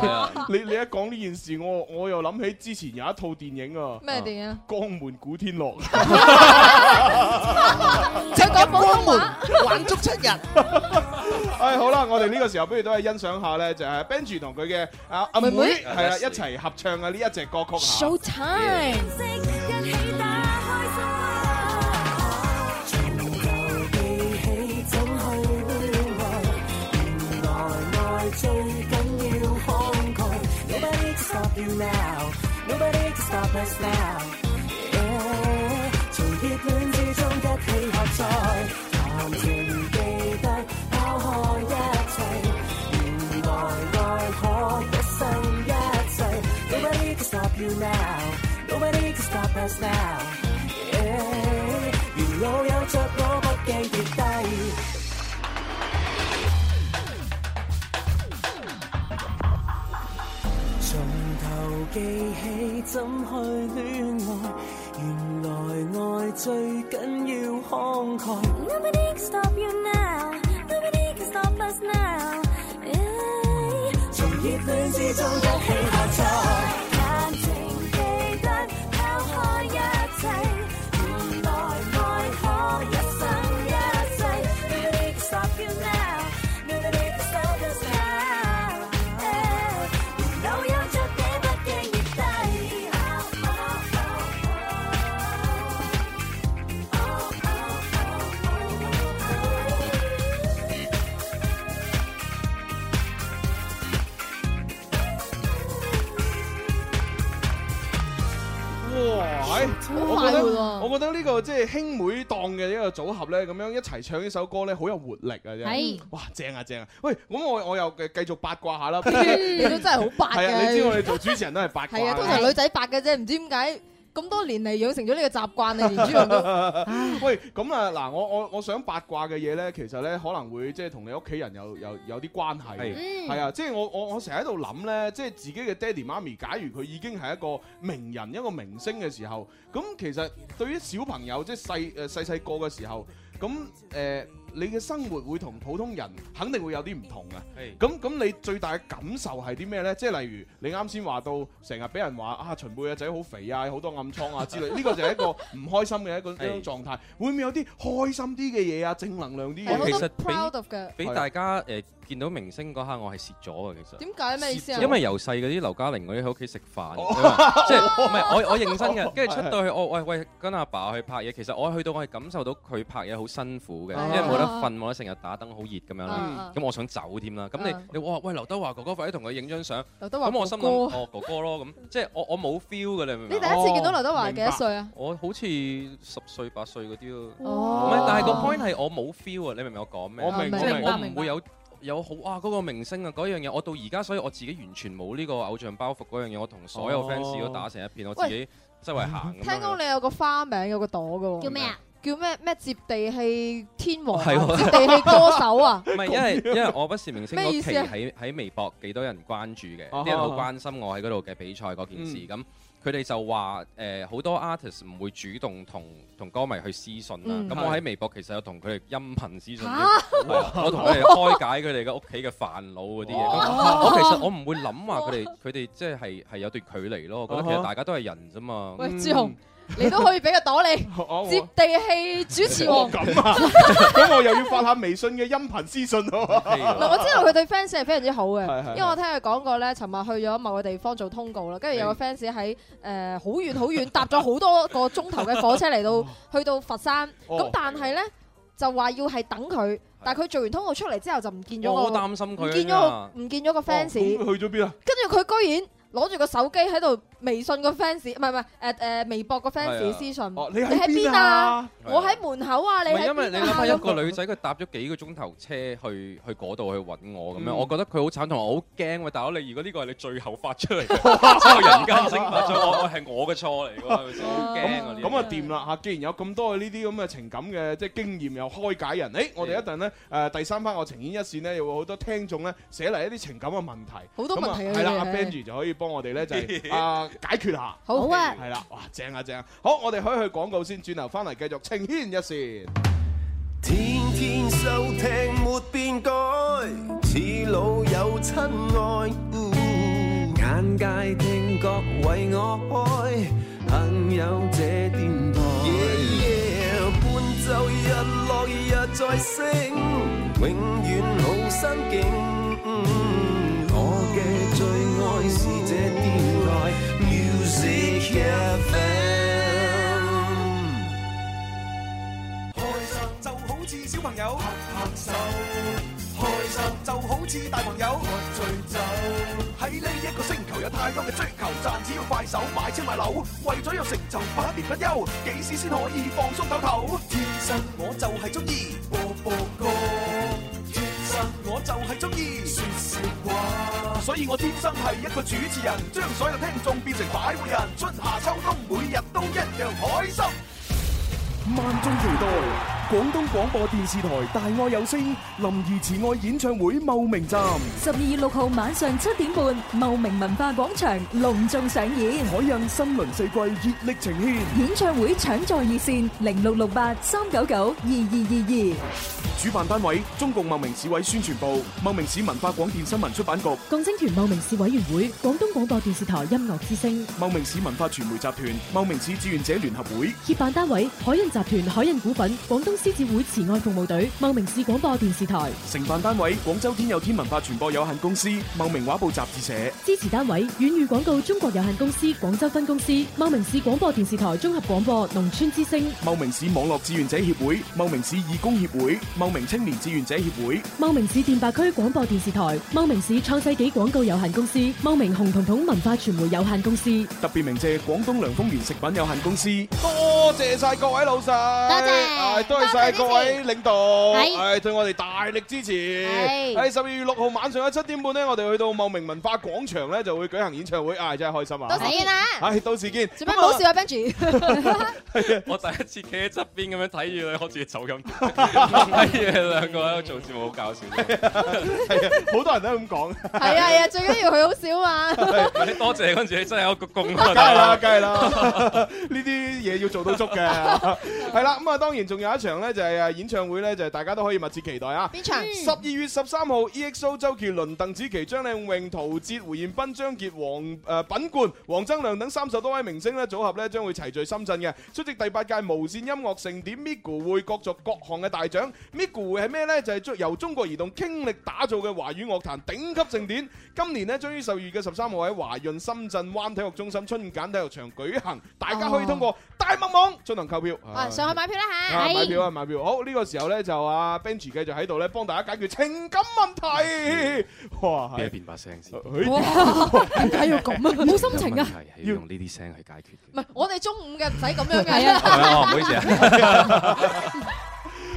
Speaker 26: 係啊
Speaker 3: 你你一講呢件事，我我又諗起之前有一套電影啊，
Speaker 4: 咩電影啊
Speaker 3: 江門古天樂。
Speaker 4: 想講普通話，
Speaker 27: 還足七日。
Speaker 3: 唉，哎好啦，我哋呢個時候不如都係欣賞下咧，就係 Benji 同佢嘅阿阿妹
Speaker 4: 妹妹
Speaker 3: 係啦，一齊合唱嘅呢一隻歌曲啊嚇。
Speaker 4: Show time。
Speaker 10: Nobody can stop you now. Nobody can stop us now. Yeah，從熱戀之中一起喝彩，談情記得拋開一切，原來愛可一生一世。Nobody can stop you now. Nobody can stop us now. Yeah，沿路有着我不驚跌低。
Speaker 28: 從頭記起怎去戀愛，原來愛最緊要慷慨。
Speaker 10: Nobody can stop you now. Nobody can stop us now. 從熱戀之中一起喝彩，眼睛記得拋開一切，原來愛可一生一世。Nobody can stop you now. Nobody can stop us now. 原來有着你不經意低。Oh, oh,
Speaker 3: 哎 Wow,
Speaker 4: 好
Speaker 3: 我
Speaker 4: 快
Speaker 3: 覺
Speaker 4: 活
Speaker 3: 得
Speaker 4: 喎
Speaker 3: 我覺得呢個即係兄妹檔嘅一個組合咧，咁樣一齊唱呢首歌咧，好有活力啊！真
Speaker 4: 係
Speaker 3: 係，哇，正啊正啊！喂，咁我我又繼續八卦 下啦。
Speaker 4: 你都真係好八
Speaker 3: 係啊，
Speaker 4: 嘅
Speaker 3: 你知我哋做主持人都係八卦㗎。
Speaker 4: 係啊，通常女仔白嘅啫，唔知點解咁多年嚟養成咗呢個習慣啊，連珠龍都。
Speaker 3: 喂，咁啊嗱，我我我想八卦嘅嘢咧，其實咧可能會即係同你屋企人有有有啲關係，
Speaker 26: 係嗯
Speaker 3: 係啊，即係我我我成日喺度諗咧，即係自己嘅爹哋媽咪，假如佢已經係一個名人一個明星嘅時候，咁其實對於小朋友即係細誒細細個嘅時候，咁誒、呃你嘅生活會同普通人肯定會有啲唔同啊。
Speaker 26: 係
Speaker 3: 咁咁你最大嘅感受係啲咩呢？即係例如你啱先話到成日俾人話啊秦貝嘅仔好肥啊，好多暗瘡啊之類，呢個就係一個唔開心嘅一個一種
Speaker 26: 係
Speaker 3: 狀態。會唔會有啲開心啲嘅嘢啊，正能量啲嘅嘢？
Speaker 26: 其實俾
Speaker 4: proud of 嘅
Speaker 26: 俾大家誒見到明星嗰刻，我係蝕咗嘅其實。
Speaker 4: 點解咩意思啊
Speaker 26: 因為由細嗰啲劉嘉玲嗰啲喺屋企食飯，即係唔係我我認真嘅，跟住出到去我喂喂跟阿爸去拍嘢，其實我去到我係感受到佢拍嘢好辛苦嘅，
Speaker 3: 啊
Speaker 26: 因為冇得瞓，冇得成日打燈，好熱咁樣啦
Speaker 3: 啊。
Speaker 26: 咁我想走添啦，咁你
Speaker 3: 啊
Speaker 26: 你哇喂劉德華哥哥快啲同佢影張相，
Speaker 4: 劉德華
Speaker 26: 咁我心諗
Speaker 4: 哥哥
Speaker 26: 哦哥哥咯咁，即係我我冇 feel 嘅你明唔明？
Speaker 4: 你第一次見到劉德華幾多歲啊
Speaker 26: 明白我好似十歲八歲嗰啲咯。
Speaker 4: 哦
Speaker 26: 唔係，但係個 point 係我冇 feel 啊！你明唔明我講咩？
Speaker 3: 我明
Speaker 26: 即係
Speaker 3: 我明
Speaker 26: 我
Speaker 3: 明
Speaker 26: 唔會有有好啊嗰個明星啊嗰樣嘢，我到而家所以我自己完全冇呢個偶像包袱嗰樣嘢，我同所有
Speaker 3: 哦
Speaker 26: fans 都打成一片，我自己周圍行咁
Speaker 4: 聽
Speaker 26: 樣。
Speaker 4: 講你有個花名，有個朵嘅喎。
Speaker 26: 叫咩啊？
Speaker 4: 叫咩咩接地氣天王啊、
Speaker 26: 哦係喎嗯
Speaker 4: 接地氣歌手 啊？
Speaker 26: 唔係，因為因為我不是明星
Speaker 4: 咩
Speaker 26: 嗰
Speaker 4: 意
Speaker 26: 期
Speaker 4: 思啊
Speaker 26: 喺喺微博幾多人關注嘅，
Speaker 3: 啊哈
Speaker 26: 啲人好關心我喺嗰度嘅比賽嗰件事。
Speaker 4: 嗯
Speaker 26: 咁佢哋就話誒好多 artist 唔會主動同同歌迷去私信啦。
Speaker 3: 嗯
Speaker 26: 咁我喺微博其實有同佢哋音頻私信
Speaker 3: 嚇
Speaker 26: 嘅，係 啊我同佢哋開解佢哋嘅屋企嘅煩惱嗰啲嘢。咁
Speaker 4: 哦
Speaker 26: 我其實我唔會諗話佢哋佢哋即係係係有段距離咯。我覺得其
Speaker 3: 啊
Speaker 26: 實
Speaker 3: 哈
Speaker 26: 大家都係人啫嘛。嗯
Speaker 4: 喂，朱紅，你都可以俾個朵 你
Speaker 3: 我
Speaker 26: 啊
Speaker 4: 接地氣主持王。
Speaker 3: 咁啊，咁我又要發下微信嘅音頻私信
Speaker 4: 嗱，
Speaker 3: 咯。
Speaker 4: 我知道佢對 fans 係非常之好嘅
Speaker 26: 啊
Speaker 3: 係係，係
Speaker 4: 因為我聽佢講過咧，尋日去咗某個地方做通告啦，跟住有個 fans 喺誒好遠好遠搭咗好多個鐘頭嘅火車 嚟到去到佛山，
Speaker 26: 哦
Speaker 4: 咁但係咧就話要係等佢，但係佢做完通告出嚟之後就唔見咗
Speaker 26: 哦我好
Speaker 4: 我，
Speaker 26: 擔心佢
Speaker 4: 唔見咗
Speaker 26: 啊哦
Speaker 4: 個唔見咗個 fans，
Speaker 3: 咁去咗邊啊？
Speaker 4: 跟住佢居然攞住個手機喺度微信個 fans，唔係唔係誒誒微博個
Speaker 26: 係
Speaker 4: fans
Speaker 26: 啊
Speaker 4: 私信，
Speaker 26: 哦
Speaker 4: 你
Speaker 26: 你喺
Speaker 4: 喺邊
Speaker 26: 邊
Speaker 4: 啊
Speaker 26: 啊？
Speaker 4: 我喺門口啊，你
Speaker 26: 唔係
Speaker 4: 喺
Speaker 26: 因為你
Speaker 4: 邊
Speaker 26: 諗
Speaker 4: 啊？
Speaker 26: 下一個女仔，佢搭咗幾個鐘頭車去去嗰度去揾我咁樣，
Speaker 3: 嗯
Speaker 26: 我覺得佢好慘，同埋我好驚喂，大佬你如果呢個係你最後發 出嚟嘅，之後人間蒸發咗，我我係我嘅錯嚟㗎，係咪先？好驚啊！呢啲
Speaker 3: 咁啊掂啦嚇！既然有咁多呢啲咁嘅情感嘅即係經驗又開解人，誒我
Speaker 4: 嗯
Speaker 3: 哋一陣咧誒第三 part 我情牽一線咧，有好多聽眾咧寫嚟一啲情感嘅問題，
Speaker 4: 好多問題啊
Speaker 3: 咁係啦，
Speaker 4: 你哋
Speaker 3: 阿
Speaker 4: 咧
Speaker 3: Benji 就可以幫我哋咧就係 啊解決下。
Speaker 4: 好啊
Speaker 3: 係啦，哇正啊正啊！好，我哋可以去廣告先，轉頭翻嚟繼續情牽一線。
Speaker 10: 天天收聽沒變改，似老友親愛。嗯眼界聽覺為我開，幸有這電台。伴奏日落日再升，永遠好心境。嗯我嘅最愛是這電台 Music
Speaker 1: 开
Speaker 10: FM。
Speaker 1: 心就好似小朋友拍拍手，开心就好似大朋友喝醉酒。喺呢一個星球有太多嘅追求，賺只要快手買車買樓，為咗有成就百年不休，幾時先可以放鬆唞唞？天生我就係中意播播歌，天生我就係中意说笑話，所以我天生係一個主持人，將所有聽眾變成擺活人，春夏秋冬每日都一樣開心。
Speaker 29: 萬眾期待廣東廣播電視台《大愛有聲》林怡慈愛演唱會茂名站，
Speaker 2: 十二月六號晚上七點半，茂名文化廣場隆重上演。
Speaker 29: 海印新輪四季熱力呈現，
Speaker 2: 演唱會搶座熱線零六六八三九九二二二二。
Speaker 29: 主辦單位中共茂名市委宣傳部、茂名市文化廣電新聞出版局、
Speaker 22: 共青團茂名市委員會、廣東廣播電視台音樂之聲、
Speaker 29: 茂名市文化傳媒集團、茂名市志願者聯合會。
Speaker 22: 協辦單位海印集團、海印股份、廣東獅子會慈愛服務隊、茂名市廣播電視台。
Speaker 29: 承辦單位：廣州天有天文化傳播有限公司、茂名畫報雜誌社。
Speaker 22: 支持單位：遠譽廣告中國有限公司廣州分公司、茂名市廣播電視台綜合廣播農村之聲、
Speaker 29: 茂名市網絡志願者協會、茂名市義工協會、茂名青年志願者協會、
Speaker 22: 茂名市電白區廣播電視台、茂名市創世紀廣告有限公司、茂名紅彤彤文化傳媒有限公司。
Speaker 29: 特別鳴謝廣東涼風園食品有限公司。
Speaker 3: 多謝晒各位老細，多謝，多謝晒各位領導，
Speaker 29: 係
Speaker 3: 係對我哋大力支持。
Speaker 29: 係
Speaker 3: 喺十二月六號晚上嘅七點半呢，我哋去到茂名文化廣場呢，就會舉行演唱會，啊，真係開心啊！
Speaker 4: 到時見啦
Speaker 3: 係到時見。
Speaker 4: 做咩冇笑啊，Benji？
Speaker 26: 我第一次企喺側邊咁樣睇住你，我自己走 咁，睇住你兩個喺度做節目，好搞笑。
Speaker 3: 係啊，好多人都係咁講。
Speaker 4: 係啊係啊，最緊要佢好笑啊嘛。
Speaker 26: 係多謝嗰陣時，你真係有個 共
Speaker 3: 梗
Speaker 1: Ờ.
Speaker 3: 係啦，梗係啦， 呢啲嘢要做到足嘅。 係啦，咁啊，當然仲有一場咧，就係誒演唱會咧，就係大家都可以密切期待啊。
Speaker 4: 邊場
Speaker 3: 十二月十三號，EXO E 周杰倫、鄧紫棋、張靚穎、陶喆、胡彥斌、張傑、黃誒品冠、黃增亮等三十多位明星咧組合咧，將會齊聚深圳嘅，出席第八屆無線音樂盛典 Migu 會角逐各項嘅大獎。Migu 會係咩咧？就係由中國移動傾力打造嘅華語樂壇頂級盛典。今年咧將於十二月嘅十三號喺華潤深圳灣體育中心春繭體育場舉行，大家可以通過大麥網進行購票。
Speaker 4: 啊，上去買票啦嚇！
Speaker 3: 啊！買票啊，買票！好呢個時候咧，就阿 Benji 繼續喺度咧，幫大家解決情感問題。哇！
Speaker 26: 邊一邊把聲先？
Speaker 4: 哇
Speaker 26: 點解要咁啊？
Speaker 4: 冇心情啊！
Speaker 26: 要用呢啲聲去解決。
Speaker 4: 唔係，我哋中午嘅唔使咁樣
Speaker 26: 係啊哦唔
Speaker 4: 嘅。
Speaker 26: 好意思啊。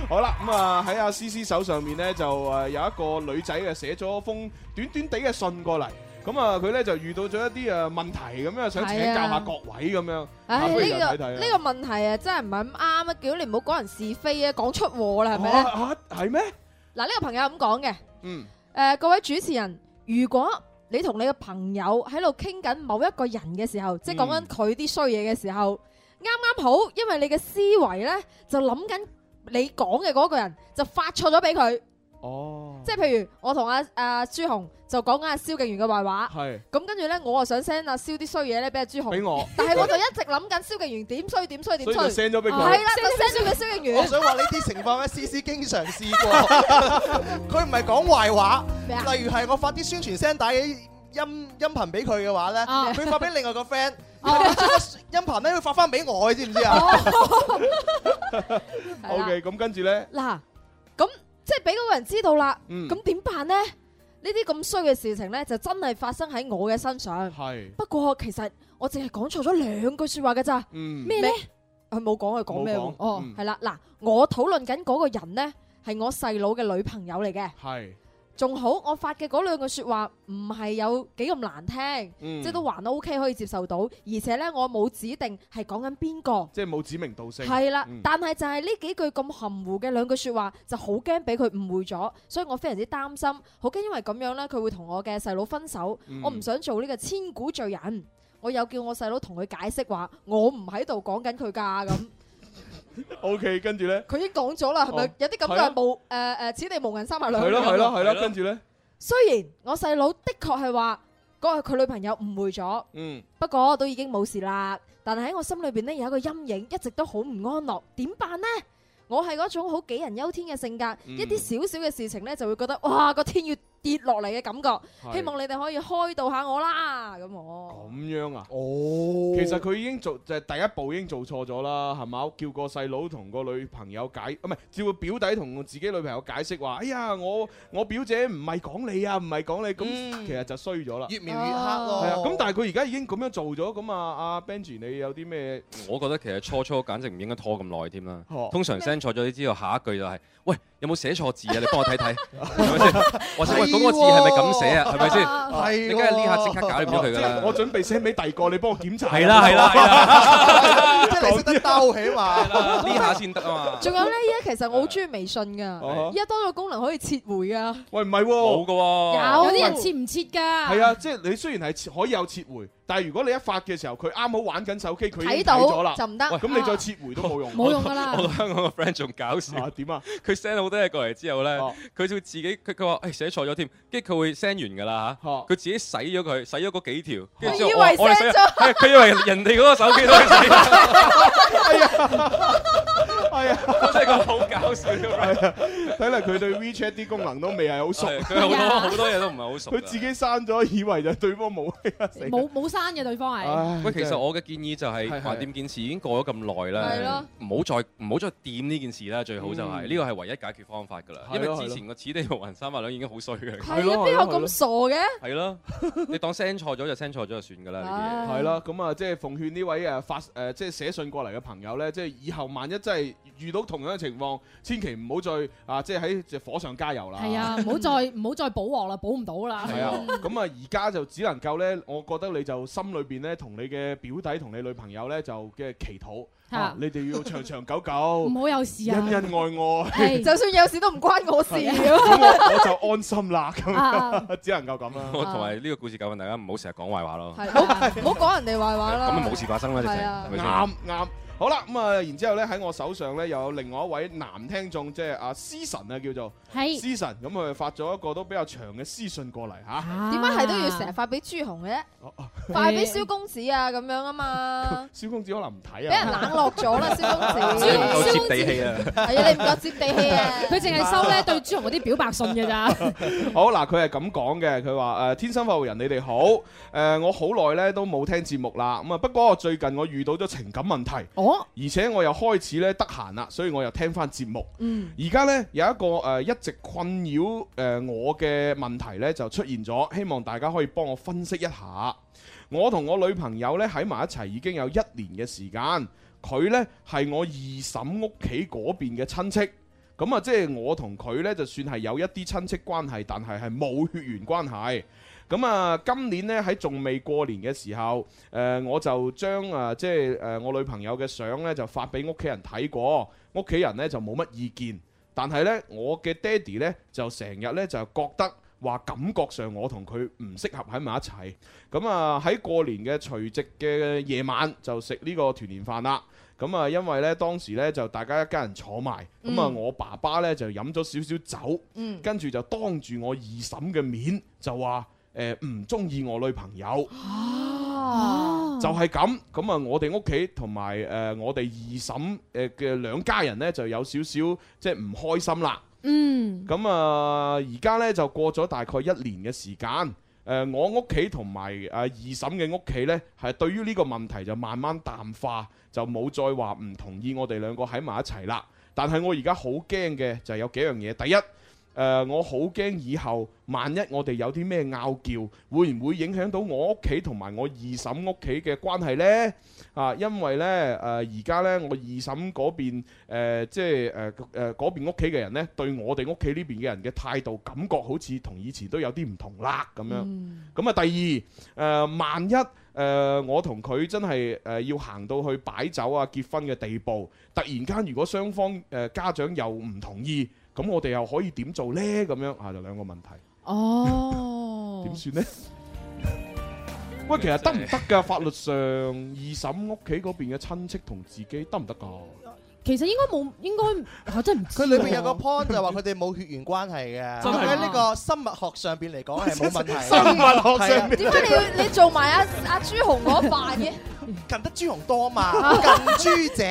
Speaker 3: 好啦，咁啊喺阿思思手上面咧，就誒有一個女仔啊寫咗封短短地嘅信過嚟。咁啊，佢咧就遇到咗一啲誒問題，咁啊想請教下各位咁樣。啊
Speaker 4: 唉，
Speaker 3: 不
Speaker 4: 呢
Speaker 3: 如就睇
Speaker 4: 個
Speaker 3: 睇啊
Speaker 4: 呢個問題啊，真係唔係咁啱啊！叫你唔好講人是非啊，講出禍啦，係咪咧？
Speaker 1: 哦
Speaker 3: 啊啊係咩？
Speaker 4: 嗱，呢個朋友咁講嘅。
Speaker 3: 嗯。
Speaker 4: 誒，呃各位主持人，如果你同你嘅朋友喺度傾緊某一個人嘅時
Speaker 3: 嗯
Speaker 4: 候，即係講緊佢啲衰嘢嘅時候，啱啱好，因為你嘅思維呢，就諗緊你講嘅嗰個人，就發錯咗俾佢。
Speaker 3: 哦，
Speaker 4: 即係譬如我同阿阿朱紅就講緊阿蕭敬元嘅壞話，
Speaker 3: 係
Speaker 4: 咁跟住咧我啊想 send 阿蕭啲衰嘢咧俾阿朱 紅，
Speaker 3: 俾我
Speaker 4: 但係我就一直諗緊蕭敬元點衰點衰點衰，
Speaker 3: 所以就 send 咗俾佢
Speaker 4: 係啦，就 send 咗俾蕭敬元。
Speaker 5: 我想話呢啲情況咧，思思經常試 過。佢唔係講壞話
Speaker 4: 咩啊，
Speaker 5: 例如係我發啲宣傳聲帶音音頻俾佢嘅話
Speaker 6: Ờ.
Speaker 5: 咧，
Speaker 3: Ờ.
Speaker 4: 啊
Speaker 5: 佢發俾另外個 friend。佢將個音頻咧，佢發翻俾我，你知唔 知啊？
Speaker 4: 哦 係啦
Speaker 3: OK，咁跟住咧，
Speaker 4: 嗱，咁即係俾嗰個人知道啦，
Speaker 3: 嗯
Speaker 4: 咁點辦呢？呢啲咁衰嘅事情呢，就真係發生喺我嘅身上。
Speaker 3: 係
Speaker 4: 不過其實我淨係講錯咗兩句說話嘅咋。
Speaker 3: 嗯
Speaker 4: 咩呢？佢冇講佢講咩
Speaker 3: 冇講
Speaker 4: 喎？哦
Speaker 3: 嗯，
Speaker 4: 係啦，嗱，我討論緊嗰個人呢，係我細佬嘅女朋友嚟嘅。
Speaker 3: 係
Speaker 4: 仲好，我發嘅嗰兩句説話唔係有幾咁難聽，
Speaker 3: 嗯
Speaker 4: 即係都還 OK 可以接受到，而且呢，我冇指定係講緊邊個。
Speaker 3: 即係冇指名道姓。
Speaker 4: 係啦
Speaker 3: 嗯，
Speaker 4: 但係就係呢幾句咁含糊嘅兩句説話，就好驚俾佢誤會咗，所以我非常之擔心，好驚因為咁樣呢，佢會同我嘅細佬分手，
Speaker 3: 嗯
Speaker 4: 我唔想做呢個千古罪人。我有叫我細佬同佢解釋話，我唔喺度講緊佢㗎咁，
Speaker 3: OK，跟住咧，
Speaker 4: 佢已經講咗啦，係咪
Speaker 3: 哦
Speaker 4: 有啲咁
Speaker 3: 係
Speaker 4: 嘅無誒誒此地無銀三
Speaker 26: 啊
Speaker 4: 百兩？
Speaker 3: 係咯係咯係咯，跟住咧，
Speaker 4: 雖然我細佬的確係話嗰個佢女朋友誤會咗，
Speaker 3: 嗯，
Speaker 4: 不過都已經冇事啦。但係喺我心裏邊呢，有一個陰影，一直都好唔安樂。點辦呢？我係嗰種好杞人憂天嘅性格，
Speaker 3: 嗯
Speaker 4: 一啲少少嘅事情呢，就會覺得哇個天要跌落嚟嘅感覺。
Speaker 3: 係
Speaker 4: 希望你哋可以開導下我啦，咁我
Speaker 3: 咁樣啊？哦，其實佢已經做就係第一步已經做錯咗啦，係嘛？叫個細佬同個女朋友解，唔係叫個表弟同自己女朋友解釋話：哎呀，我我表姐唔係講你啊，唔係講你，咁其實就衰咗啦。
Speaker 5: 越描越黑
Speaker 10: 哦
Speaker 5: 咯
Speaker 3: 係啊，咁但係佢而家已經咁樣做咗，咁啊，阿 Benji 你有啲咩？
Speaker 26: 我覺得其實初初簡直唔應該拖咁耐添啦
Speaker 3: 哦。
Speaker 26: 通常 send 錯咗啲資料，下一句就係：喂，有冇寫錯字啊？你幫我睇 睇，係咪先？我想喂，嗰個字係咪咁寫啊？係咪先？
Speaker 3: 係喎
Speaker 26: 你梗係呢下即刻搞掂咗佢㗎
Speaker 3: 即
Speaker 26: 啦
Speaker 3: 係。我準備 send 俾第二個，你幫我檢查。哦
Speaker 26: 係啦係啦係啦
Speaker 5: 即係你識得兜起
Speaker 26: 係
Speaker 5: 碼。
Speaker 26: 啦 呢下先得啊嘛。
Speaker 4: 仲有呢，依家其實我好中意微信噶，
Speaker 3: 哦
Speaker 4: 依家多咗功能可以撤回噶。
Speaker 3: 喂，唔係喎，冇
Speaker 26: 噶喎
Speaker 3: 啊
Speaker 4: 有
Speaker 6: 有啲人切唔切㗎？
Speaker 3: 係啊，即係你雖然係切可以有撤回，但係如果你一發嘅時候，佢啱好玩緊手機，佢已經
Speaker 4: 睇
Speaker 3: 睇
Speaker 4: 到
Speaker 3: 咗啦，
Speaker 4: 就唔得
Speaker 3: 喂咁你再撤回都冇用，
Speaker 26: 我我個香港個 friend 仲搞笑，
Speaker 3: 點啊？哦
Speaker 26: 佢 send 好多嘢過嚟之後咧，佢會自己佢佢話誒哎寫錯咗添，跟住佢會 send 完㗎啦嚇，佢自己洗咗佢，洗咗嗰幾條，跟住之後
Speaker 4: 佢以
Speaker 26: 我
Speaker 4: 為
Speaker 26: 我哋洗
Speaker 4: send
Speaker 26: 咗
Speaker 4: 咗
Speaker 26: 係佢以為人哋嗰個手機都係洗咗。
Speaker 3: 哎呀，
Speaker 26: 真係個好搞笑嘅 friend，
Speaker 3: 睇嚟佢對 WeChat 啲功能都未係好熟，
Speaker 26: 佢好多好多嘢都唔係好熟㗎。
Speaker 3: 佢自己刪咗，以為就對方冇，死啦
Speaker 6: 冇冇刪嘅對方係。
Speaker 26: 喂，其實我嘅建議就係
Speaker 3: 係係
Speaker 26: 橫掂件事已經過咗咁耐
Speaker 6: 係咯
Speaker 26: 啦，唔好再唔好再掂呢件事啦，最好就係
Speaker 3: 嗯
Speaker 26: 呢個係唯一解決方法㗎啦。
Speaker 3: 係
Speaker 26: 因為
Speaker 3: 咯係
Speaker 26: 之
Speaker 3: 咯
Speaker 26: 前個此地無銀三百兩已經好衰嘅，
Speaker 4: 係啊，邊有咁傻嘅？
Speaker 26: 係咯，你當 send 錯咗就 send 錯咗就算㗎啦呢啲嘢。
Speaker 3: 係啦，咁啊，即係奉勸呢位誒發誒即係寫信過嚟嘅朋友咧，即係以後萬一真係遇到同樣嘅情況，千祈唔好再啊，即係喺隻火上加油啦。
Speaker 6: 係啊，唔好再唔好再補鑊啦，補唔到啦。
Speaker 3: 係啊，咁啊而家就只能夠咧，我覺得你就心裏邊咧，同你嘅表弟同你女朋友咧就嘅祈禱，
Speaker 6: 嚇
Speaker 3: 啊你哋要長長久久，
Speaker 6: 唔好有事啊
Speaker 3: 恩恩愛 愛，
Speaker 4: 就算有事都唔關我事
Speaker 3: 咁我我就安心啦，
Speaker 6: À,
Speaker 4: 啊
Speaker 3: 咁只能夠咁啦。
Speaker 26: 我同埋呢個故事教訓大家唔好成日講壞話咯，
Speaker 4: 係唔好唔好講人哋壞話啦。
Speaker 26: 哦咁咪冇事發生啦，你成
Speaker 4: 係啊
Speaker 26: 係咪先
Speaker 3: 啱啱。好啦，咁啊，然之後咧喺我手上咧又有另外一位男聽眾，即係阿思神啊，叫做
Speaker 6: 係
Speaker 3: 思神，咁佢發咗一個都比較長嘅私信過嚟嚇。
Speaker 6: À.
Speaker 4: 點解係都要成日發俾朱紅嘅？ 發俾蕭公子啊咁樣啊嘛，
Speaker 3: 蕭公子可能唔睇啊，
Speaker 4: 俾人冷落咗啦，蕭公子。
Speaker 3: 你唔夠
Speaker 26: 夠接地氣啊！
Speaker 4: 係啊，你唔夠接地氣啊！
Speaker 6: 佢淨係收咧對朱紅嗰啲表白信嘅咋。
Speaker 3: 好嗱，佢係咁講嘅，佢話呃誒天生發育人，你哋好，誒、我好耐咧都冇聽節目啦，咁啊不過最近我遇到咗情感問題，
Speaker 4: 哦，
Speaker 3: 而且我又開始咧得閒啦，所以我又聽翻節目，
Speaker 4: 嗯，
Speaker 3: 而家呢，有一個誒、呃一直困擾誒、呃我嘅問題呢就出現咗，希望大家可以幫我分析一下。我同我女朋友呢喺埋一齊已經有一年嘅時間，佢呢係我二嬸屋企嗰邊嘅親戚。咁啊，即係我同佢呢，就算係有一啲親戚關係，但係係冇血緣關係。咁啊，今年呢，喺仲未過年嘅時候，誒、我就將啊即係誒、我女朋友嘅相呢，就發俾屋企人睇過，屋企人呢，就冇乜意見，但係呢，我嘅爹哋呢，就成日呢，就覺得。話感覺上我同佢唔適合喺埋一齊，咁啊喺過年嘅除夕嘅夜晚就食呢個團年飯啦。咁咁啊，因為咧當時咧就大家一家人坐埋，咁啊
Speaker 19: 嗯
Speaker 3: 我爸爸咧就飲咗少少酒
Speaker 19: 嗯，
Speaker 3: 跟住就當住我二嬸嘅面就話誒唔中意我女朋友。
Speaker 4: 嗯
Speaker 3: 就係咁，咁啊，我哋屋企同埋誒我哋二嬸誒嘅兩家人呢，就有少少即係唔開心啦。
Speaker 6: Ừ. 嗯，
Speaker 3: 咁啊，而家呢，就過咗大概一年嘅時間。誒、呃我屋企同埋誒二嬸嘅屋企呢，係對於呢個問題就慢慢淡化，就冇再話唔同意我哋兩個喺埋一齊啦。但係我而家好驚嘅就係有幾樣嘢，第一。誒、我好驚以後萬一我哋有啲咩拗撬，會唔會影響到我屋企同埋我二嬸屋企嘅關係呢？啊，因為呢，誒而家呢，我二嬸嗰邊、誒即係誒誒嗰邊屋企嘅人呢，對我哋屋企呢邊嘅人嘅態度感覺好似同以前都有啲唔同啦咁樣。咁啊，第二誒、萬一誒、呃我同佢真係誒、呃要行到去擺酒啊、結婚嘅地步，突然間如果雙方誒、家長又唔同意，咁我哋又可以點做呢？咁樣啊，就兩個問題，
Speaker 30: 哦，
Speaker 3: 點算呢？喂，其實得唔得㗎？法律上二嬸屋企嗰邊嘅親戚同自己得唔得㗎？
Speaker 6: 其實應該冇，應該我真係唔知
Speaker 5: 佢裏邊
Speaker 6: 喎
Speaker 5: 有
Speaker 3: 哦
Speaker 5: 個 point 就話佢哋冇血緣關係嘅，
Speaker 6: 真
Speaker 5: 咁
Speaker 6: 係
Speaker 5: 喺呢個生物學上邊嚟講係冇問題嘅。
Speaker 4: 生物
Speaker 5: 學
Speaker 4: 上邊點解你要你做埋阿阿朱紅嗰塊嘅？
Speaker 5: 近得朱紅多 嘛？近朱者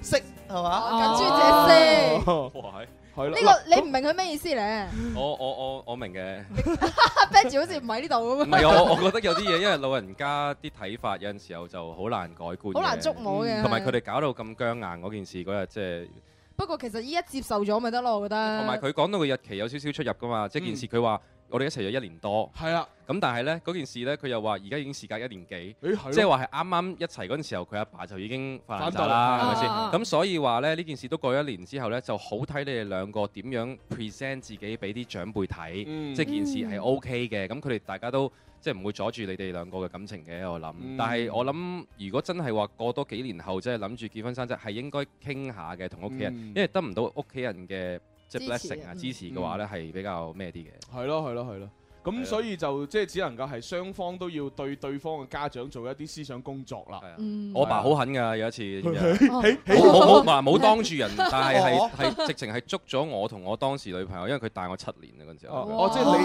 Speaker 5: 色係嘛？
Speaker 4: 哦近朱者色
Speaker 26: 哇，係
Speaker 3: 啊
Speaker 26: 啊
Speaker 3: 哦係
Speaker 4: 呢個你唔明佢咩意思咧？
Speaker 26: 我我我我明嘅，
Speaker 4: 阿 Benji 好似唔喺呢度咁
Speaker 26: 唔係我我覺得有啲嘢，因為老人家啲睇法有陣時候就好難改觀嘅，
Speaker 4: 好難捉摸嘅
Speaker 26: 嗯同埋佢哋搞到咁僵硬嗰件事嗰日，即係
Speaker 4: 不過其實依家接受咗咪得咯，我覺得。
Speaker 26: 同埋佢講到個日期有少少出入噶嘛，即係件事佢話我哋一齊咗一年多，
Speaker 3: 係啦。
Speaker 26: 咁但係呢，嗰件事呢，佢又話而家已經時隔一年幾，
Speaker 3: 咯
Speaker 26: 即係話係啱啱一齊嗰陣時候，佢阿爸就已經發爛
Speaker 3: 反
Speaker 26: 渣
Speaker 3: 對
Speaker 26: 啦，係咪
Speaker 3: 啊啊啊
Speaker 26: 先？咁所以話呢，呢件事都過咗一年之後呢，就好睇你哋兩個點樣 present 自己俾啲長輩睇，
Speaker 3: 嗯
Speaker 26: 即係件事係 OK 嘅。咁佢哋大家都即係唔會阻住你哋兩個嘅感情嘅，我諗。
Speaker 3: 嗯
Speaker 26: 但係我諗，如果真係話過多幾年後，即係諗住結婚生仔，係應該傾下嘅，同屋企人，
Speaker 3: 嗯
Speaker 26: 因為得唔到屋企人嘅即係
Speaker 3: 支持
Speaker 26: blessing 啊
Speaker 3: 嗯
Speaker 26: 支持嘅話呢，係比較咩啲嘅。
Speaker 3: 係咯，係咯，係咯。
Speaker 26: 啊
Speaker 3: 咁所以就即係只能夠係雙方都要對對方嘅家長做一啲思想工作啦。
Speaker 26: 嗯我爸好狠㗎，有一次知唔 知啊
Speaker 3: 哦
Speaker 26: 冇冇冇嗱冇
Speaker 3: 哦
Speaker 26: 當住 人，但係
Speaker 3: 哦
Speaker 26: 係係直情係捉咗我同我當時女朋友，因為佢大我七年啊嗰陣時候。
Speaker 3: 哦，即係你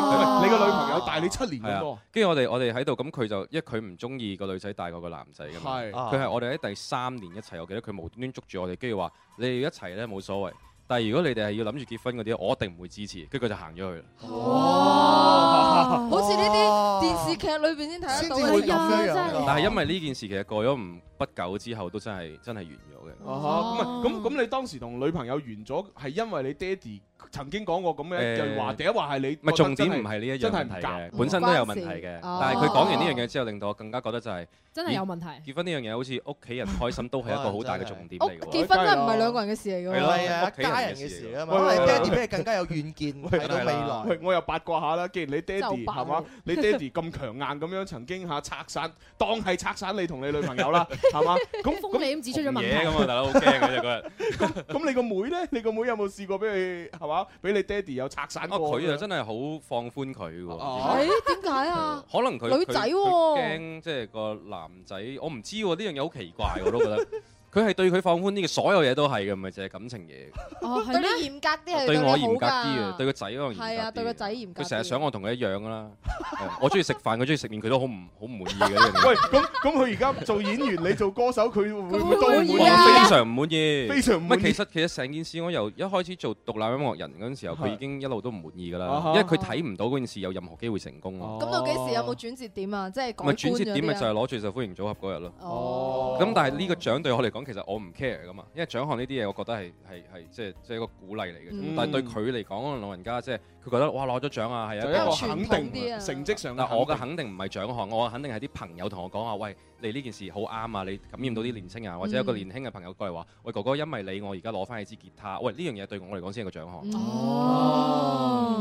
Speaker 3: 你個女朋友大你七年
Speaker 26: 係
Speaker 3: 咁
Speaker 26: 啊
Speaker 3: 多，，
Speaker 26: 跟住我哋我哋喺度，咁佢就因為佢唔中意個女仔大過個男仔㗎嘛，
Speaker 3: 係
Speaker 26: 佢係我啊哋喺第三年一齊，我記得佢無端端捉住我哋，跟住話你哋要一齊咧冇所謂，但係如果你哋係要諗住結婚嗰啲，我一定唔會支持，跟住佢就行咗去啦。
Speaker 3: 啊
Speaker 4: 好似呢
Speaker 5: 哦
Speaker 4: 啲電視劇裏邊先睇得到嘅
Speaker 5: 啊
Speaker 4: 哎情況
Speaker 26: 但係因為呢件事其實過咗唔不久之後，都真係真係完咗嘅。
Speaker 3: 啊哈咁啊咁咁，你當時同女朋友完咗，係因為你爹哋曾經講過咁嘅一句話，
Speaker 26: 誒
Speaker 3: 第一話係你
Speaker 26: 唔係
Speaker 3: 覺得
Speaker 26: 重
Speaker 3: 真
Speaker 26: 點，唔係呢一樣
Speaker 3: 真係
Speaker 26: 問
Speaker 3: 唔
Speaker 26: 題
Speaker 3: 夾
Speaker 26: 嘅，本身都有問題嘅。
Speaker 3: 哦
Speaker 26: 但係佢講完呢樣嘢之後，令到我更加覺得就係
Speaker 6: 真係有
Speaker 26: 咦
Speaker 6: 問題
Speaker 26: 結婚呢樣嘢好似屋企人開心都係一個好大嘅重點
Speaker 6: 哦
Speaker 26: 嚟嘅喎。
Speaker 4: 結婚真係唔係兩個人嘅事嚟㗎
Speaker 26: 係咯
Speaker 4: 喎。
Speaker 5: 係啊，
Speaker 26: 屋企人嘅
Speaker 5: 家人嘅事啊嘛，
Speaker 26: 事嚟㗎
Speaker 5: 可能
Speaker 26: 喂
Speaker 5: 你
Speaker 26: 喂喂
Speaker 5: 爹哋比你更加有遠見，睇到未來。
Speaker 3: 喂，我又八卦下啦。既然你爹哋
Speaker 5: 就八
Speaker 3: 係嘛，你爹哋咁強硬咁樣，曾經嚇拆散，當係拆散你同你女朋 友啦，係嘛？咁
Speaker 6: 風你咁指出咗問
Speaker 26: 嘢
Speaker 6: 題
Speaker 26: 咁啊，大佬好驚嘅啫嗰 日。
Speaker 3: 咁你個妹咧，你個妹有冇試過俾佢係嘛？俾你爹哋有拆散
Speaker 26: 啊
Speaker 3: 過？
Speaker 26: 佢啊真係好放寬佢喎。
Speaker 3: 哦
Speaker 4: 誒哎點解啊？
Speaker 26: 可能佢
Speaker 4: 女仔
Speaker 26: 佢
Speaker 4: 喎
Speaker 26: 佢驚即係個男仔，我唔知喎呢樣嘢好奇怪，我都覺 得佢係對佢放寬啲嘅，所有嘢都係嘅，唔係淨係感情嘢。
Speaker 4: 哦，對你嚴格啲係
Speaker 26: 啊對
Speaker 4: 你
Speaker 26: 我
Speaker 4: 好
Speaker 26: 嚴格啲
Speaker 4: 㗎
Speaker 26: 嘅，對個仔嗰個
Speaker 4: 係啊
Speaker 26: 嚴格
Speaker 4: 對
Speaker 26: 啲
Speaker 4: 個
Speaker 26: 嘅。
Speaker 4: 仔嚴格
Speaker 26: 佢成日
Speaker 4: 啲
Speaker 26: 想我同佢一樣㗎 啦。係啊我中意食飯，佢中意食麵，佢都好唔好唔滿意嘅呢樣 嘢。
Speaker 3: 喂，咁咁佢而家做演員，你做歌手，佢會唔會都
Speaker 26: 我
Speaker 4: 啊
Speaker 3: 會啊
Speaker 26: 非常唔滿意，
Speaker 3: 非常唔滿意
Speaker 26: 係其實其實成件事，我由一開始做獨立音樂人嗰陣時候，
Speaker 4: 啊
Speaker 3: 係
Speaker 26: 佢已經一路都唔滿意㗎
Speaker 3: 啊
Speaker 26: 啦，
Speaker 3: 哈
Speaker 26: 因為佢睇唔到嗰件事有任何機會成功啊。
Speaker 4: 咁到幾時有冇轉折點啊？即係哦改
Speaker 26: 咪
Speaker 4: 觀
Speaker 26: 轉折
Speaker 4: 咗
Speaker 26: 點咪
Speaker 4: 啲
Speaker 26: 就
Speaker 4: 啊
Speaker 26: 係攞最受歡迎組合嗰日咯。
Speaker 4: 哦
Speaker 26: 咁但係呢個獎對我嚟講，其實我唔 care 噶嘛，因為獎項呢啲嘢，我覺得係係係即係即係一個鼓勵嚟嘅啫。
Speaker 3: 嗯
Speaker 26: 但係對佢嚟講，可能老人家即係佢覺得哇攞咗獎啊，係
Speaker 3: 就
Speaker 26: 一
Speaker 3: 一個肯定成績上
Speaker 4: 啊
Speaker 26: 但
Speaker 3: 嘅
Speaker 26: 我嘅肯定唔係獎項，我肯定係啲朋友同我講話，喂，你呢件事好啱啊！你感染到啲年青人，或者有個年輕嘅朋友過嚟話，喂哥哥，因為
Speaker 4: 嗯哦
Speaker 26: 你我而家攞翻你支吉他，喂呢樣嘢對我嚟講先係個獎項。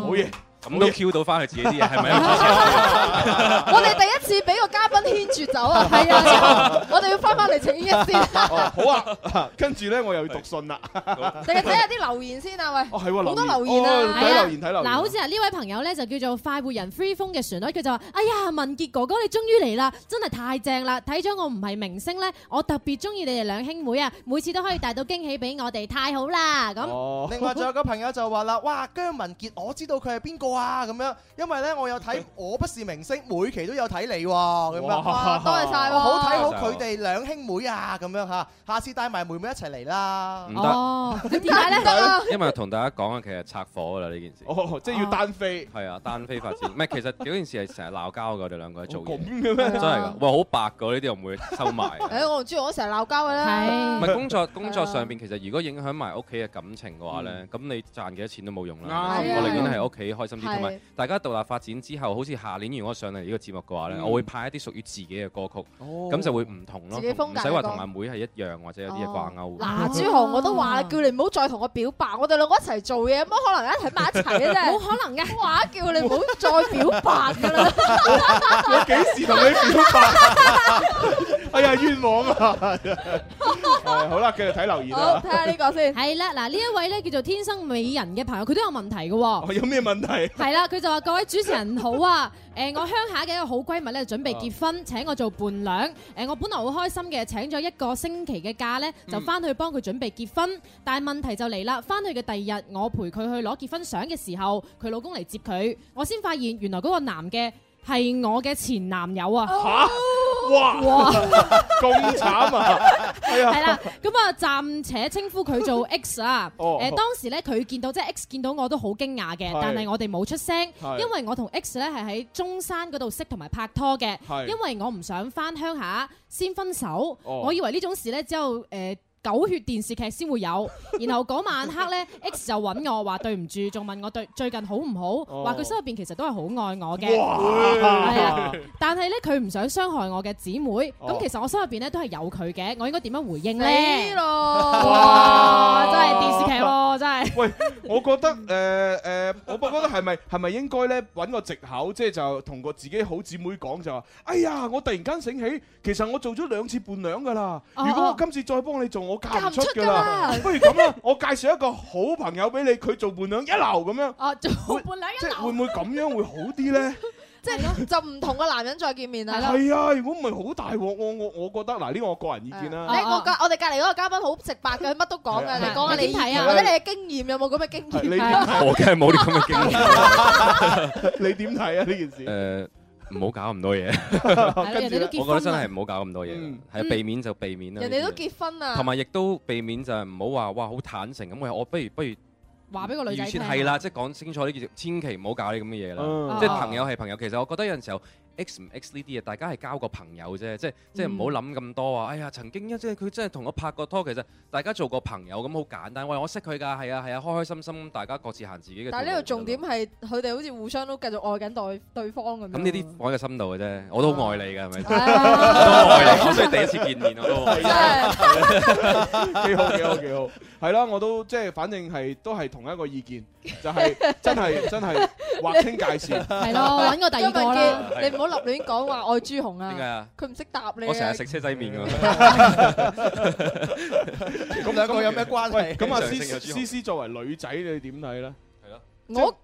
Speaker 3: 好嘢，
Speaker 26: 咁都 Q 到翻佢自己啲嘢，係咪啊？
Speaker 4: 我哋第一次俾個嘉賓牽住走啊， 係啊，我哋要翻翻嚟情牽一先，
Speaker 3: 哦，好啊，跟住咧我又要讀信啦。
Speaker 4: 定係睇下啲留言先啊，喂，
Speaker 3: 哦係喎
Speaker 4: 好多留
Speaker 3: 留
Speaker 4: 言
Speaker 3: 言
Speaker 4: 啊，
Speaker 3: 哦睇留言睇留言
Speaker 6: 嗱，好似啊呢位朋友咧就叫做快活人 Free 風嘅旋律，佢就話：哎呀，文傑哥哥你終於嚟啦，真係太正啦！睇咗我唔係明星咧，我特別中意你哋兩兄妹啊，每次都可以帶到驚喜俾我哋，太好啦！
Speaker 3: 哦
Speaker 6: 咁
Speaker 5: 另外仲有個朋友就話啦，哇，姜文傑，我知道佢係邊個啊咁樣，因為咧我有睇《我不是明星》，每期都有睇你喎
Speaker 3: 哦
Speaker 5: 咁樣。
Speaker 4: 哇多謝晒喎
Speaker 5: 我好睇好佢哋兩兄妹啊咁樣嚇，下次帶埋妹妹一齊嚟啦。
Speaker 26: 唔得哦
Speaker 4: 點
Speaker 5: 解咧
Speaker 26: 因為同大家講啊，其實拆火啦呢件事。
Speaker 3: 哦，即係要單飛。
Speaker 26: 係啊，單飛發展。 唔係，其實嗰件事係成日鬧交㗎，我哋兩個喺做嘢。
Speaker 3: 哦咁嘅
Speaker 1: 啊
Speaker 3: 咩
Speaker 26: 真係㗎，哇，好白㗎呢啲，我唔會收埋。啊
Speaker 4: 誒，哎我唔知，我成日鬧交嘅
Speaker 26: 唔
Speaker 4: 啦，
Speaker 26: 係工作工作上邊，其實如果影響埋屋企嘅感情嘅話咧，咁你賺幾多錢都冇用啦。
Speaker 4: 嗯啱
Speaker 26: 我寧願喺屋企開心啲，
Speaker 4: 係
Speaker 26: 同埋大家獨立發展之後，好似下年如果上嚟呢個節目嘅話咧，
Speaker 3: 嗯
Speaker 26: 我會派一啲屬於自己嘅歌曲，
Speaker 3: 哦
Speaker 26: 咁就會唔同咯，
Speaker 4: 自己風
Speaker 26: 唔
Speaker 4: 格嘅
Speaker 26: 使話
Speaker 4: 歌
Speaker 26: 同阿妹係一樣或者有啲嘢掛鈎。
Speaker 4: 嗱，朱紅我都話啦叫你唔好再同我表白，我哋兩個一齊做嘢，乜可能一齊埋一齊嘅啫？
Speaker 6: 冇可能嘅，
Speaker 4: 話叫你唔好再表白噶 啦。
Speaker 3: 我幾時同你表白？ 哎呀，冤枉啊！ 係啊好啦，繼續睇留言啦。
Speaker 4: 呢個先。
Speaker 6: 係啦，嗱呢一位咧叫做天生美人嘅朋友，佢都有問題嘅喎。
Speaker 3: 我哦有咩問題？
Speaker 6: 係啦，佢就話：各位主持人好啊！誒、我鄉下嘅一個好閨蜜咧，準備結婚，請我做伴娘。誒、我本來好開心嘅，請咗一個星期嘅假咧，就翻去幫佢準備結婚。但係問題就嚟啦，翻去嘅第二日，我陪佢去攞結婚相嘅時候，佢老公嚟接佢，我先發現原來嗰個男嘅係我嘅前男友啊！
Speaker 3: 嚇！
Speaker 1: 哦
Speaker 3: 哇！
Speaker 6: 哇！
Speaker 3: 咁慘啊！ 係
Speaker 6: 係啦，咁啊暫且稱呼佢做 X 啊。
Speaker 3: 哦
Speaker 6: 誒當時咧佢見到即係 X 見到我都好驚訝嘅
Speaker 26: 係，
Speaker 6: 但係我哋冇出聲，
Speaker 26: 係
Speaker 6: 因為我同 X 咧係喺中山嗰度識同埋拍拖嘅
Speaker 26: 係，
Speaker 6: 因為我唔想翻鄉下先分手，
Speaker 26: 哦
Speaker 6: 我以為呢種事咧只有誒。狗血電視劇先會有，然後嗰晚黑咧，X 就揾我話對唔住，仲問我對最近好唔好，話佢心入邊其實都係好愛我嘅，
Speaker 22: 哇
Speaker 6: 係啊，但係咧佢唔想傷害我嘅姊妹，
Speaker 22: 哦
Speaker 6: 咁其實我心入邊咧都係有佢嘅，我應該點樣回應咧？
Speaker 4: 死咯！
Speaker 6: 哇，真係電視劇喎，真係。
Speaker 3: 喂，我覺得誒誒、我覺得係咪係咪應該咧揾個藉口，即係就同個自己好姊妹講就話：哎呀，我突然間醒起，其實我做咗兩次伴娘㗎啦。
Speaker 26: 哦
Speaker 3: 如果我今次再幫你做，我嫁唔出㗎啦。不如咁啦，我介紹一個好朋友俾你，佢做伴娘一流咁樣。
Speaker 6: 哦，做伴娘
Speaker 3: 一流，會唔會咁樣會好啲咧？
Speaker 4: 即係就唔同嘅男人再見面啦。
Speaker 3: 係啊，如果唔係好大鑊，我我我覺得嗱，呢個我個人意見啦。
Speaker 4: 你我隔我哋隔離嗰個嘉賓好直白嘅，佢乜都講
Speaker 3: 係
Speaker 4: 嘅。
Speaker 3: 啊
Speaker 4: 你講下你
Speaker 3: 你點睇啊
Speaker 4: 或者你嘅經驗有冇咁嘅經
Speaker 3: 你
Speaker 4: 驗？
Speaker 3: 點 睇？
Speaker 26: 我梗係冇啲咁嘅經
Speaker 3: 你點睇啊？呢件事？
Speaker 26: 誒，唔好搞咁多嘢。
Speaker 6: 啊
Speaker 4: 啦人哋都結婚啦嗯
Speaker 26: 我覺得真係唔好搞咁多嘢啦，係啊避免就避免啦。
Speaker 4: 人哋都結婚啊啦，
Speaker 26: 同埋亦都避免就係唔好話哇好坦誠咁，喂我不如不如。
Speaker 6: 話俾個女仔
Speaker 26: 預
Speaker 6: 聽
Speaker 26: 設係啦，即係講清楚呢件事，千祈唔好搞呢咁嘅
Speaker 4: 啊
Speaker 26: 嘢啦啦。嗯即係朋友係朋友，其實我覺得有陣時候 X 唔 X 呢啲嘢，大家係交個朋友啫，即係即係唔好諗咁多啊！哎呀，曾經一即係佢真係同我拍過拖，其實大家做過朋友咁好簡單。喂，我識佢㗎，係啊係啊，開開心心，大家各自行自己嘅。
Speaker 4: 但係呢度重點係佢哋好似互相都繼續愛緊對對方咁樣。
Speaker 26: 咁呢啲我喺個心度嘅啫，我都好愛你㗎，係 咪？
Speaker 4: 啊
Speaker 26: 我都愛你，我雖然第一次見面我都好愛你。
Speaker 4: Dạ.
Speaker 3: 幾好幾好幾好，係啦，我都即係反正係都係同一個意見，就係 真係真係劃清界線。
Speaker 6: 係咯揾個第二個啦
Speaker 4: 張文傑你唔好立亂講話愛朱紅啊！
Speaker 26: 點解
Speaker 3: Dạ.
Speaker 26: 啊
Speaker 4: 佢唔識答你啊。
Speaker 26: 我成日食車仔麵㗎。
Speaker 3: 咁
Speaker 5: 兩個有咩關係
Speaker 3: 喂咁啊
Speaker 26: 正
Speaker 3: ，C
Speaker 26: 常性有
Speaker 3: C C 作為女仔，你點睇咧？係咯，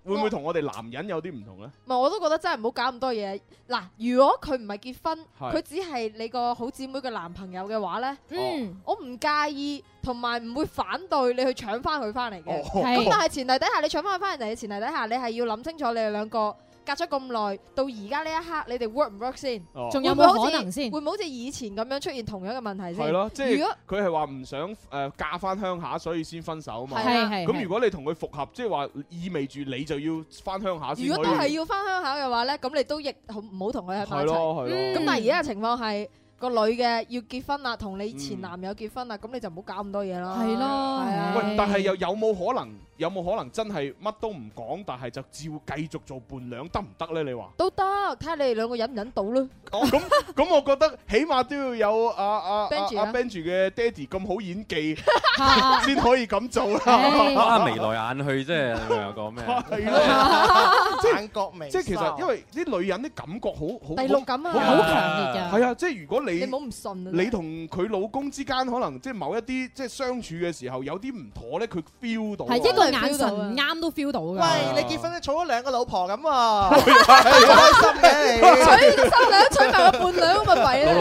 Speaker 4: 我
Speaker 3: 會唔會同我哋男人有啲唔同咧？
Speaker 4: 唔係，我都覺得真係唔好搞咁多嘢。嗱，如果佢唔係結婚，
Speaker 3: 係
Speaker 4: 佢只係你個好姊妹嘅男朋友嘅話呢，
Speaker 6: Ừ.
Speaker 3: 嗯
Speaker 4: 我唔介意，同埋唔會反對你去搶翻佢翻嚟嘅。
Speaker 3: 哦
Speaker 4: 咁、
Speaker 3: 係
Speaker 4: 但係前提底下，你搶翻佢翻嚟嘅前提底下，你係要諗清楚你哋兩個隔咗咁耐，到而家呢一刻，你哋 work 唔 work 先？
Speaker 3: 哦
Speaker 6: 仲有
Speaker 4: 會唔會
Speaker 6: 冇
Speaker 4: 好似
Speaker 6: 可能先
Speaker 4: 會唔會好似以前咁樣出現同樣嘅問題先？
Speaker 3: 係咯，即
Speaker 4: 如
Speaker 3: 係
Speaker 4: 果
Speaker 3: 佢係話唔想誒嫁翻鄉下，所以先分手嘛。
Speaker 4: 係係
Speaker 3: 咁
Speaker 4: 係
Speaker 3: 如果你同佢復合，即係話意味住你就要翻鄉下先可以。
Speaker 4: 如果都係要翻鄉下嘅話咧，咁你都亦好唔好同佢
Speaker 3: 係
Speaker 4: 喺埋一齊。
Speaker 3: 咯係咯
Speaker 4: 嗯咁但係而家嘅情況係個女嘅要結婚啦，同你前男友結婚啦，咁你就唔好搞咁多嘢啦。
Speaker 3: 係咯
Speaker 4: 係啊。
Speaker 3: 喂，但係又有冇可能有冇可能真係乜都唔講，但係就照繼續做伴娘得唔得呢？你話？
Speaker 4: 都得，睇下你哋兩個忍唔忍到咯。
Speaker 3: 哦，咁咁，我覺得起碼都要有阿阿阿
Speaker 4: Benji
Speaker 3: 阿
Speaker 4: 啊
Speaker 3: Benji 嘅爹哋咁好演技，先可以咁做 啦。
Speaker 26: 啊，眉來眼去即係你明有講咩？
Speaker 3: 係咯，即 係
Speaker 5: 國明
Speaker 3: 即係其實因為啲女人啲感覺好好
Speaker 4: 第六感啊好強烈㗎
Speaker 3: 係啊，即係如果你
Speaker 4: 你唔好唔信啊！
Speaker 3: 你同佢老公之間可能即係某一啲即係相處嘅時候有啲唔妥咧，佢 feel 到啊。
Speaker 6: 係一個眼神唔啱都 feel 到㗎。
Speaker 3: 喂你
Speaker 5: 結婚咧娶咗兩個老婆咁啊，
Speaker 26: 老老。
Speaker 4: 娶個新娘，娶埋個伴娘咁咪弊啦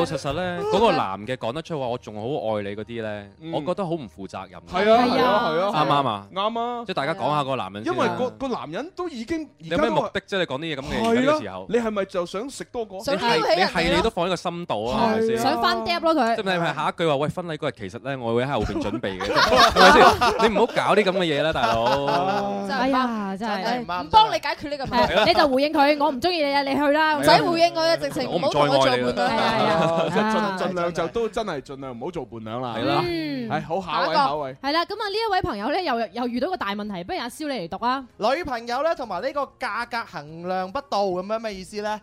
Speaker 26: 實實 咧，嗰個男嘅講得出話我仲好愛你嗰啲咧，我覺得好唔負責任。
Speaker 3: 係啊係啊係啊
Speaker 26: 啱唔啱啊？
Speaker 3: 啱啊！
Speaker 26: 即係大家講下個男人先
Speaker 3: 因
Speaker 26: 啊，
Speaker 3: 為個個男人都已經而
Speaker 26: 你
Speaker 3: 家
Speaker 26: 有咩
Speaker 3: 都
Speaker 26: 目
Speaker 3: 係
Speaker 26: 的啫？你講啲嘢咁嘅
Speaker 3: 係
Speaker 26: 嘢
Speaker 3: 啦
Speaker 26: 嘅時候，
Speaker 3: 你係咪就想食多個？
Speaker 26: 你係你係你都放喺個深度啊，係咪先？
Speaker 6: 想翻 dep 咯
Speaker 26: 即係
Speaker 6: 佢。
Speaker 26: 你係下一句話，喂，婚禮嗰日其實咧，我會喺後邊準備嘅，係咪先？你唔好搞啲咁嘅嘢啦，大 佬。
Speaker 6: 哎呀，真
Speaker 4: 真係唔
Speaker 6: 係
Speaker 4: 啱唔幫你解決呢個問題。
Speaker 6: 誒你就回應佢，我唔中意你啊，你去啦。
Speaker 4: 唔使回應我啊，直情唔好同我做伴
Speaker 3: 係
Speaker 4: 娘。
Speaker 3: 啊，即係
Speaker 6: 啊
Speaker 3: 盡盡量就都真係盡量唔好做伴娘啦。
Speaker 6: Ừ.
Speaker 26: 係啦
Speaker 6: 嗯
Speaker 3: 係好下一位
Speaker 6: 下一個
Speaker 3: 下一位。
Speaker 6: 係啦，咁啊呢一位朋友咧，又又遇到個大問題，不如阿蕭你嚟讀啊。
Speaker 5: 女朋友咧同埋呢個價格衡量不到咁樣咩意思咧？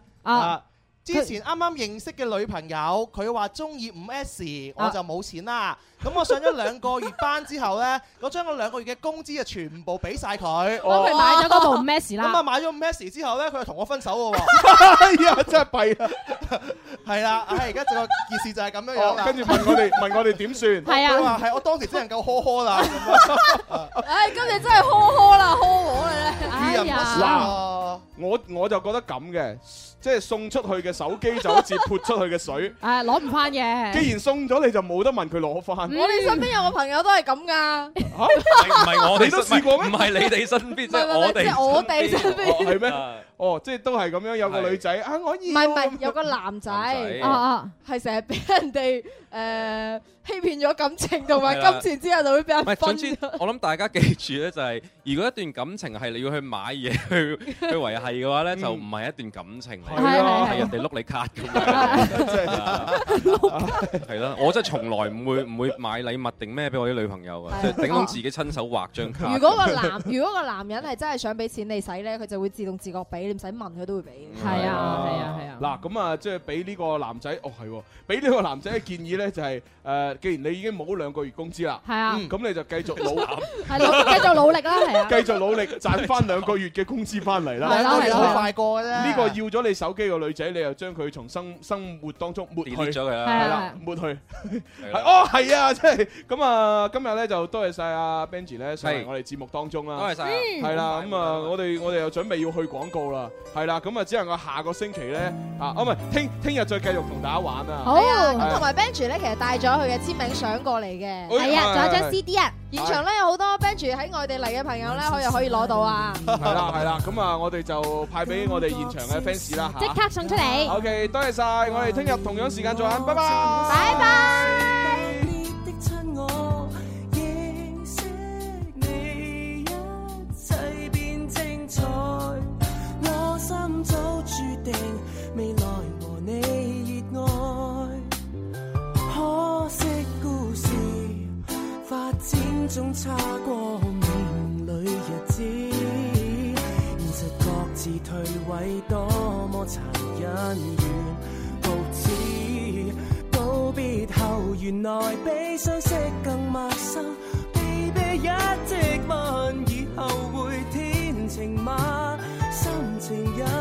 Speaker 10: À.
Speaker 6: 啊
Speaker 5: 之前啱啱認識嘅女朋友，佢話中意五 S，我
Speaker 4: 啊
Speaker 5: 就冇錢啦。咁我上咗兩個月班之後呢，我將我兩個月嘅工資啊全部俾晒佢，
Speaker 6: 幫佢買咗嗰部 5S 啦
Speaker 5: 咁啊買咗五 S 之後呢，佢就同我分手嘅喎。
Speaker 3: 哎呀，真係弊啦！
Speaker 5: 係啦，唉，而家就個件事就係咁樣樣
Speaker 3: 哦
Speaker 5: 啦。
Speaker 3: 跟住問我哋問我哋點算？
Speaker 5: 佢
Speaker 6: à.
Speaker 5: 話係我當時只能夠呵呵啦。
Speaker 4: 唉，今日真係呵呵啦，呵我啦咧。
Speaker 5: 哎
Speaker 3: 嗱，我我就覺得咁嘅，即係送出去嘅手機就好似潑出去嘅水。
Speaker 6: 誒攞唔翻嘅。
Speaker 3: 既然送咗，你就冇得問佢攞翻。
Speaker 4: 我哋身邊有個朋友都係咁噶，
Speaker 3: 嚇唔
Speaker 26: 係我哋
Speaker 3: 你都試過咩？
Speaker 26: 唔係你哋身邊，即係我
Speaker 4: 即係我哋身邊。
Speaker 3: 哦係咩？哦，即係都係咁樣，有個女仔啊，我
Speaker 4: 唔係唔係，有個男仔，
Speaker 3: 男仔
Speaker 6: Ờ,
Speaker 4: 啊啊，係成日俾人哋誒欺騙咗感情同埋金錢之後，就會俾人
Speaker 26: 唔係，總。
Speaker 4: 分
Speaker 26: 之我諗大家記住咧，就係如果一段感情係你要去買嘢去去維係嘅話咧，就唔係一段感情嚟
Speaker 3: 係
Speaker 26: 嘅，
Speaker 3: 啊
Speaker 26: 係人哋碌你卡咁樣，真係係啦。我真係從來唔會唔會買禮物定咩俾我啲女朋友啊，即係頂籠自己親手畫張卡。
Speaker 4: 如果 個男如果個男人係真係想俾錢你使咧，佢就會自動自覺俾，你唔使問佢都會 俾。
Speaker 6: 係啊係啊係啊。
Speaker 3: 嗱，咁啊，即係俾呢個男仔，哦係喎，俾呢個男仔嘅建議咧，就係誒，既然你已經冇兩個月工資啦，
Speaker 1: Ừ.
Speaker 6: 係啊
Speaker 3: 嗯咁你就繼續 努
Speaker 6: 係努繼續努力啦，係啊。
Speaker 3: 繼續努力賺翻兩個月嘅工資翻嚟啦，
Speaker 5: 係啦係啦好快過嘅啫
Speaker 3: 呢個要咗你手機個女仔，你又將佢從生生活當中抹去
Speaker 26: delete 咗佢啦
Speaker 3: 係
Speaker 26: 係
Speaker 3: 啦
Speaker 26: 啊，
Speaker 3: 抹去。係哦，係啊，真係咁啊！今日咧就多謝晒阿 Benji 咧上嚟
Speaker 26: 係
Speaker 3: 我哋節目當中啦，
Speaker 26: 多謝晒啊嗯
Speaker 3: 係啦，咁啊，我哋我哋又準備要去廣告啦，係啦，咁啊，只能夠下個星期咧啊，哦唔係，聽聽日再繼續同大家玩啊。
Speaker 4: 好啊，
Speaker 3: 係
Speaker 4: 咁同埋 Benji 咧，其實帶咗佢嘅簽名相過嚟嘅，
Speaker 3: 哎係啊仲有張係 CD
Speaker 4: 啊。現場咧有好多 Benji 喺外地嚟嘅朋友咧，可以可以攞到啊。
Speaker 3: 係啦係啦，咁啊，我哋就派俾我哋現場嘅 fans 啦嚇。
Speaker 4: 嗯即刻送出嚟
Speaker 3: OK，多謝晒，我哋聽日同樣時間再玩，拜拜。
Speaker 4: 拜拜。
Speaker 10: 的親我認識你，一切變精彩。我心早注定未來和你熱愛，可惜故事發展總差過命裏日子。現實各自退位，多麼殘忍與無知。告別後，原來比相識更陌生。Baby，一直問以後會天晴嗎？心情也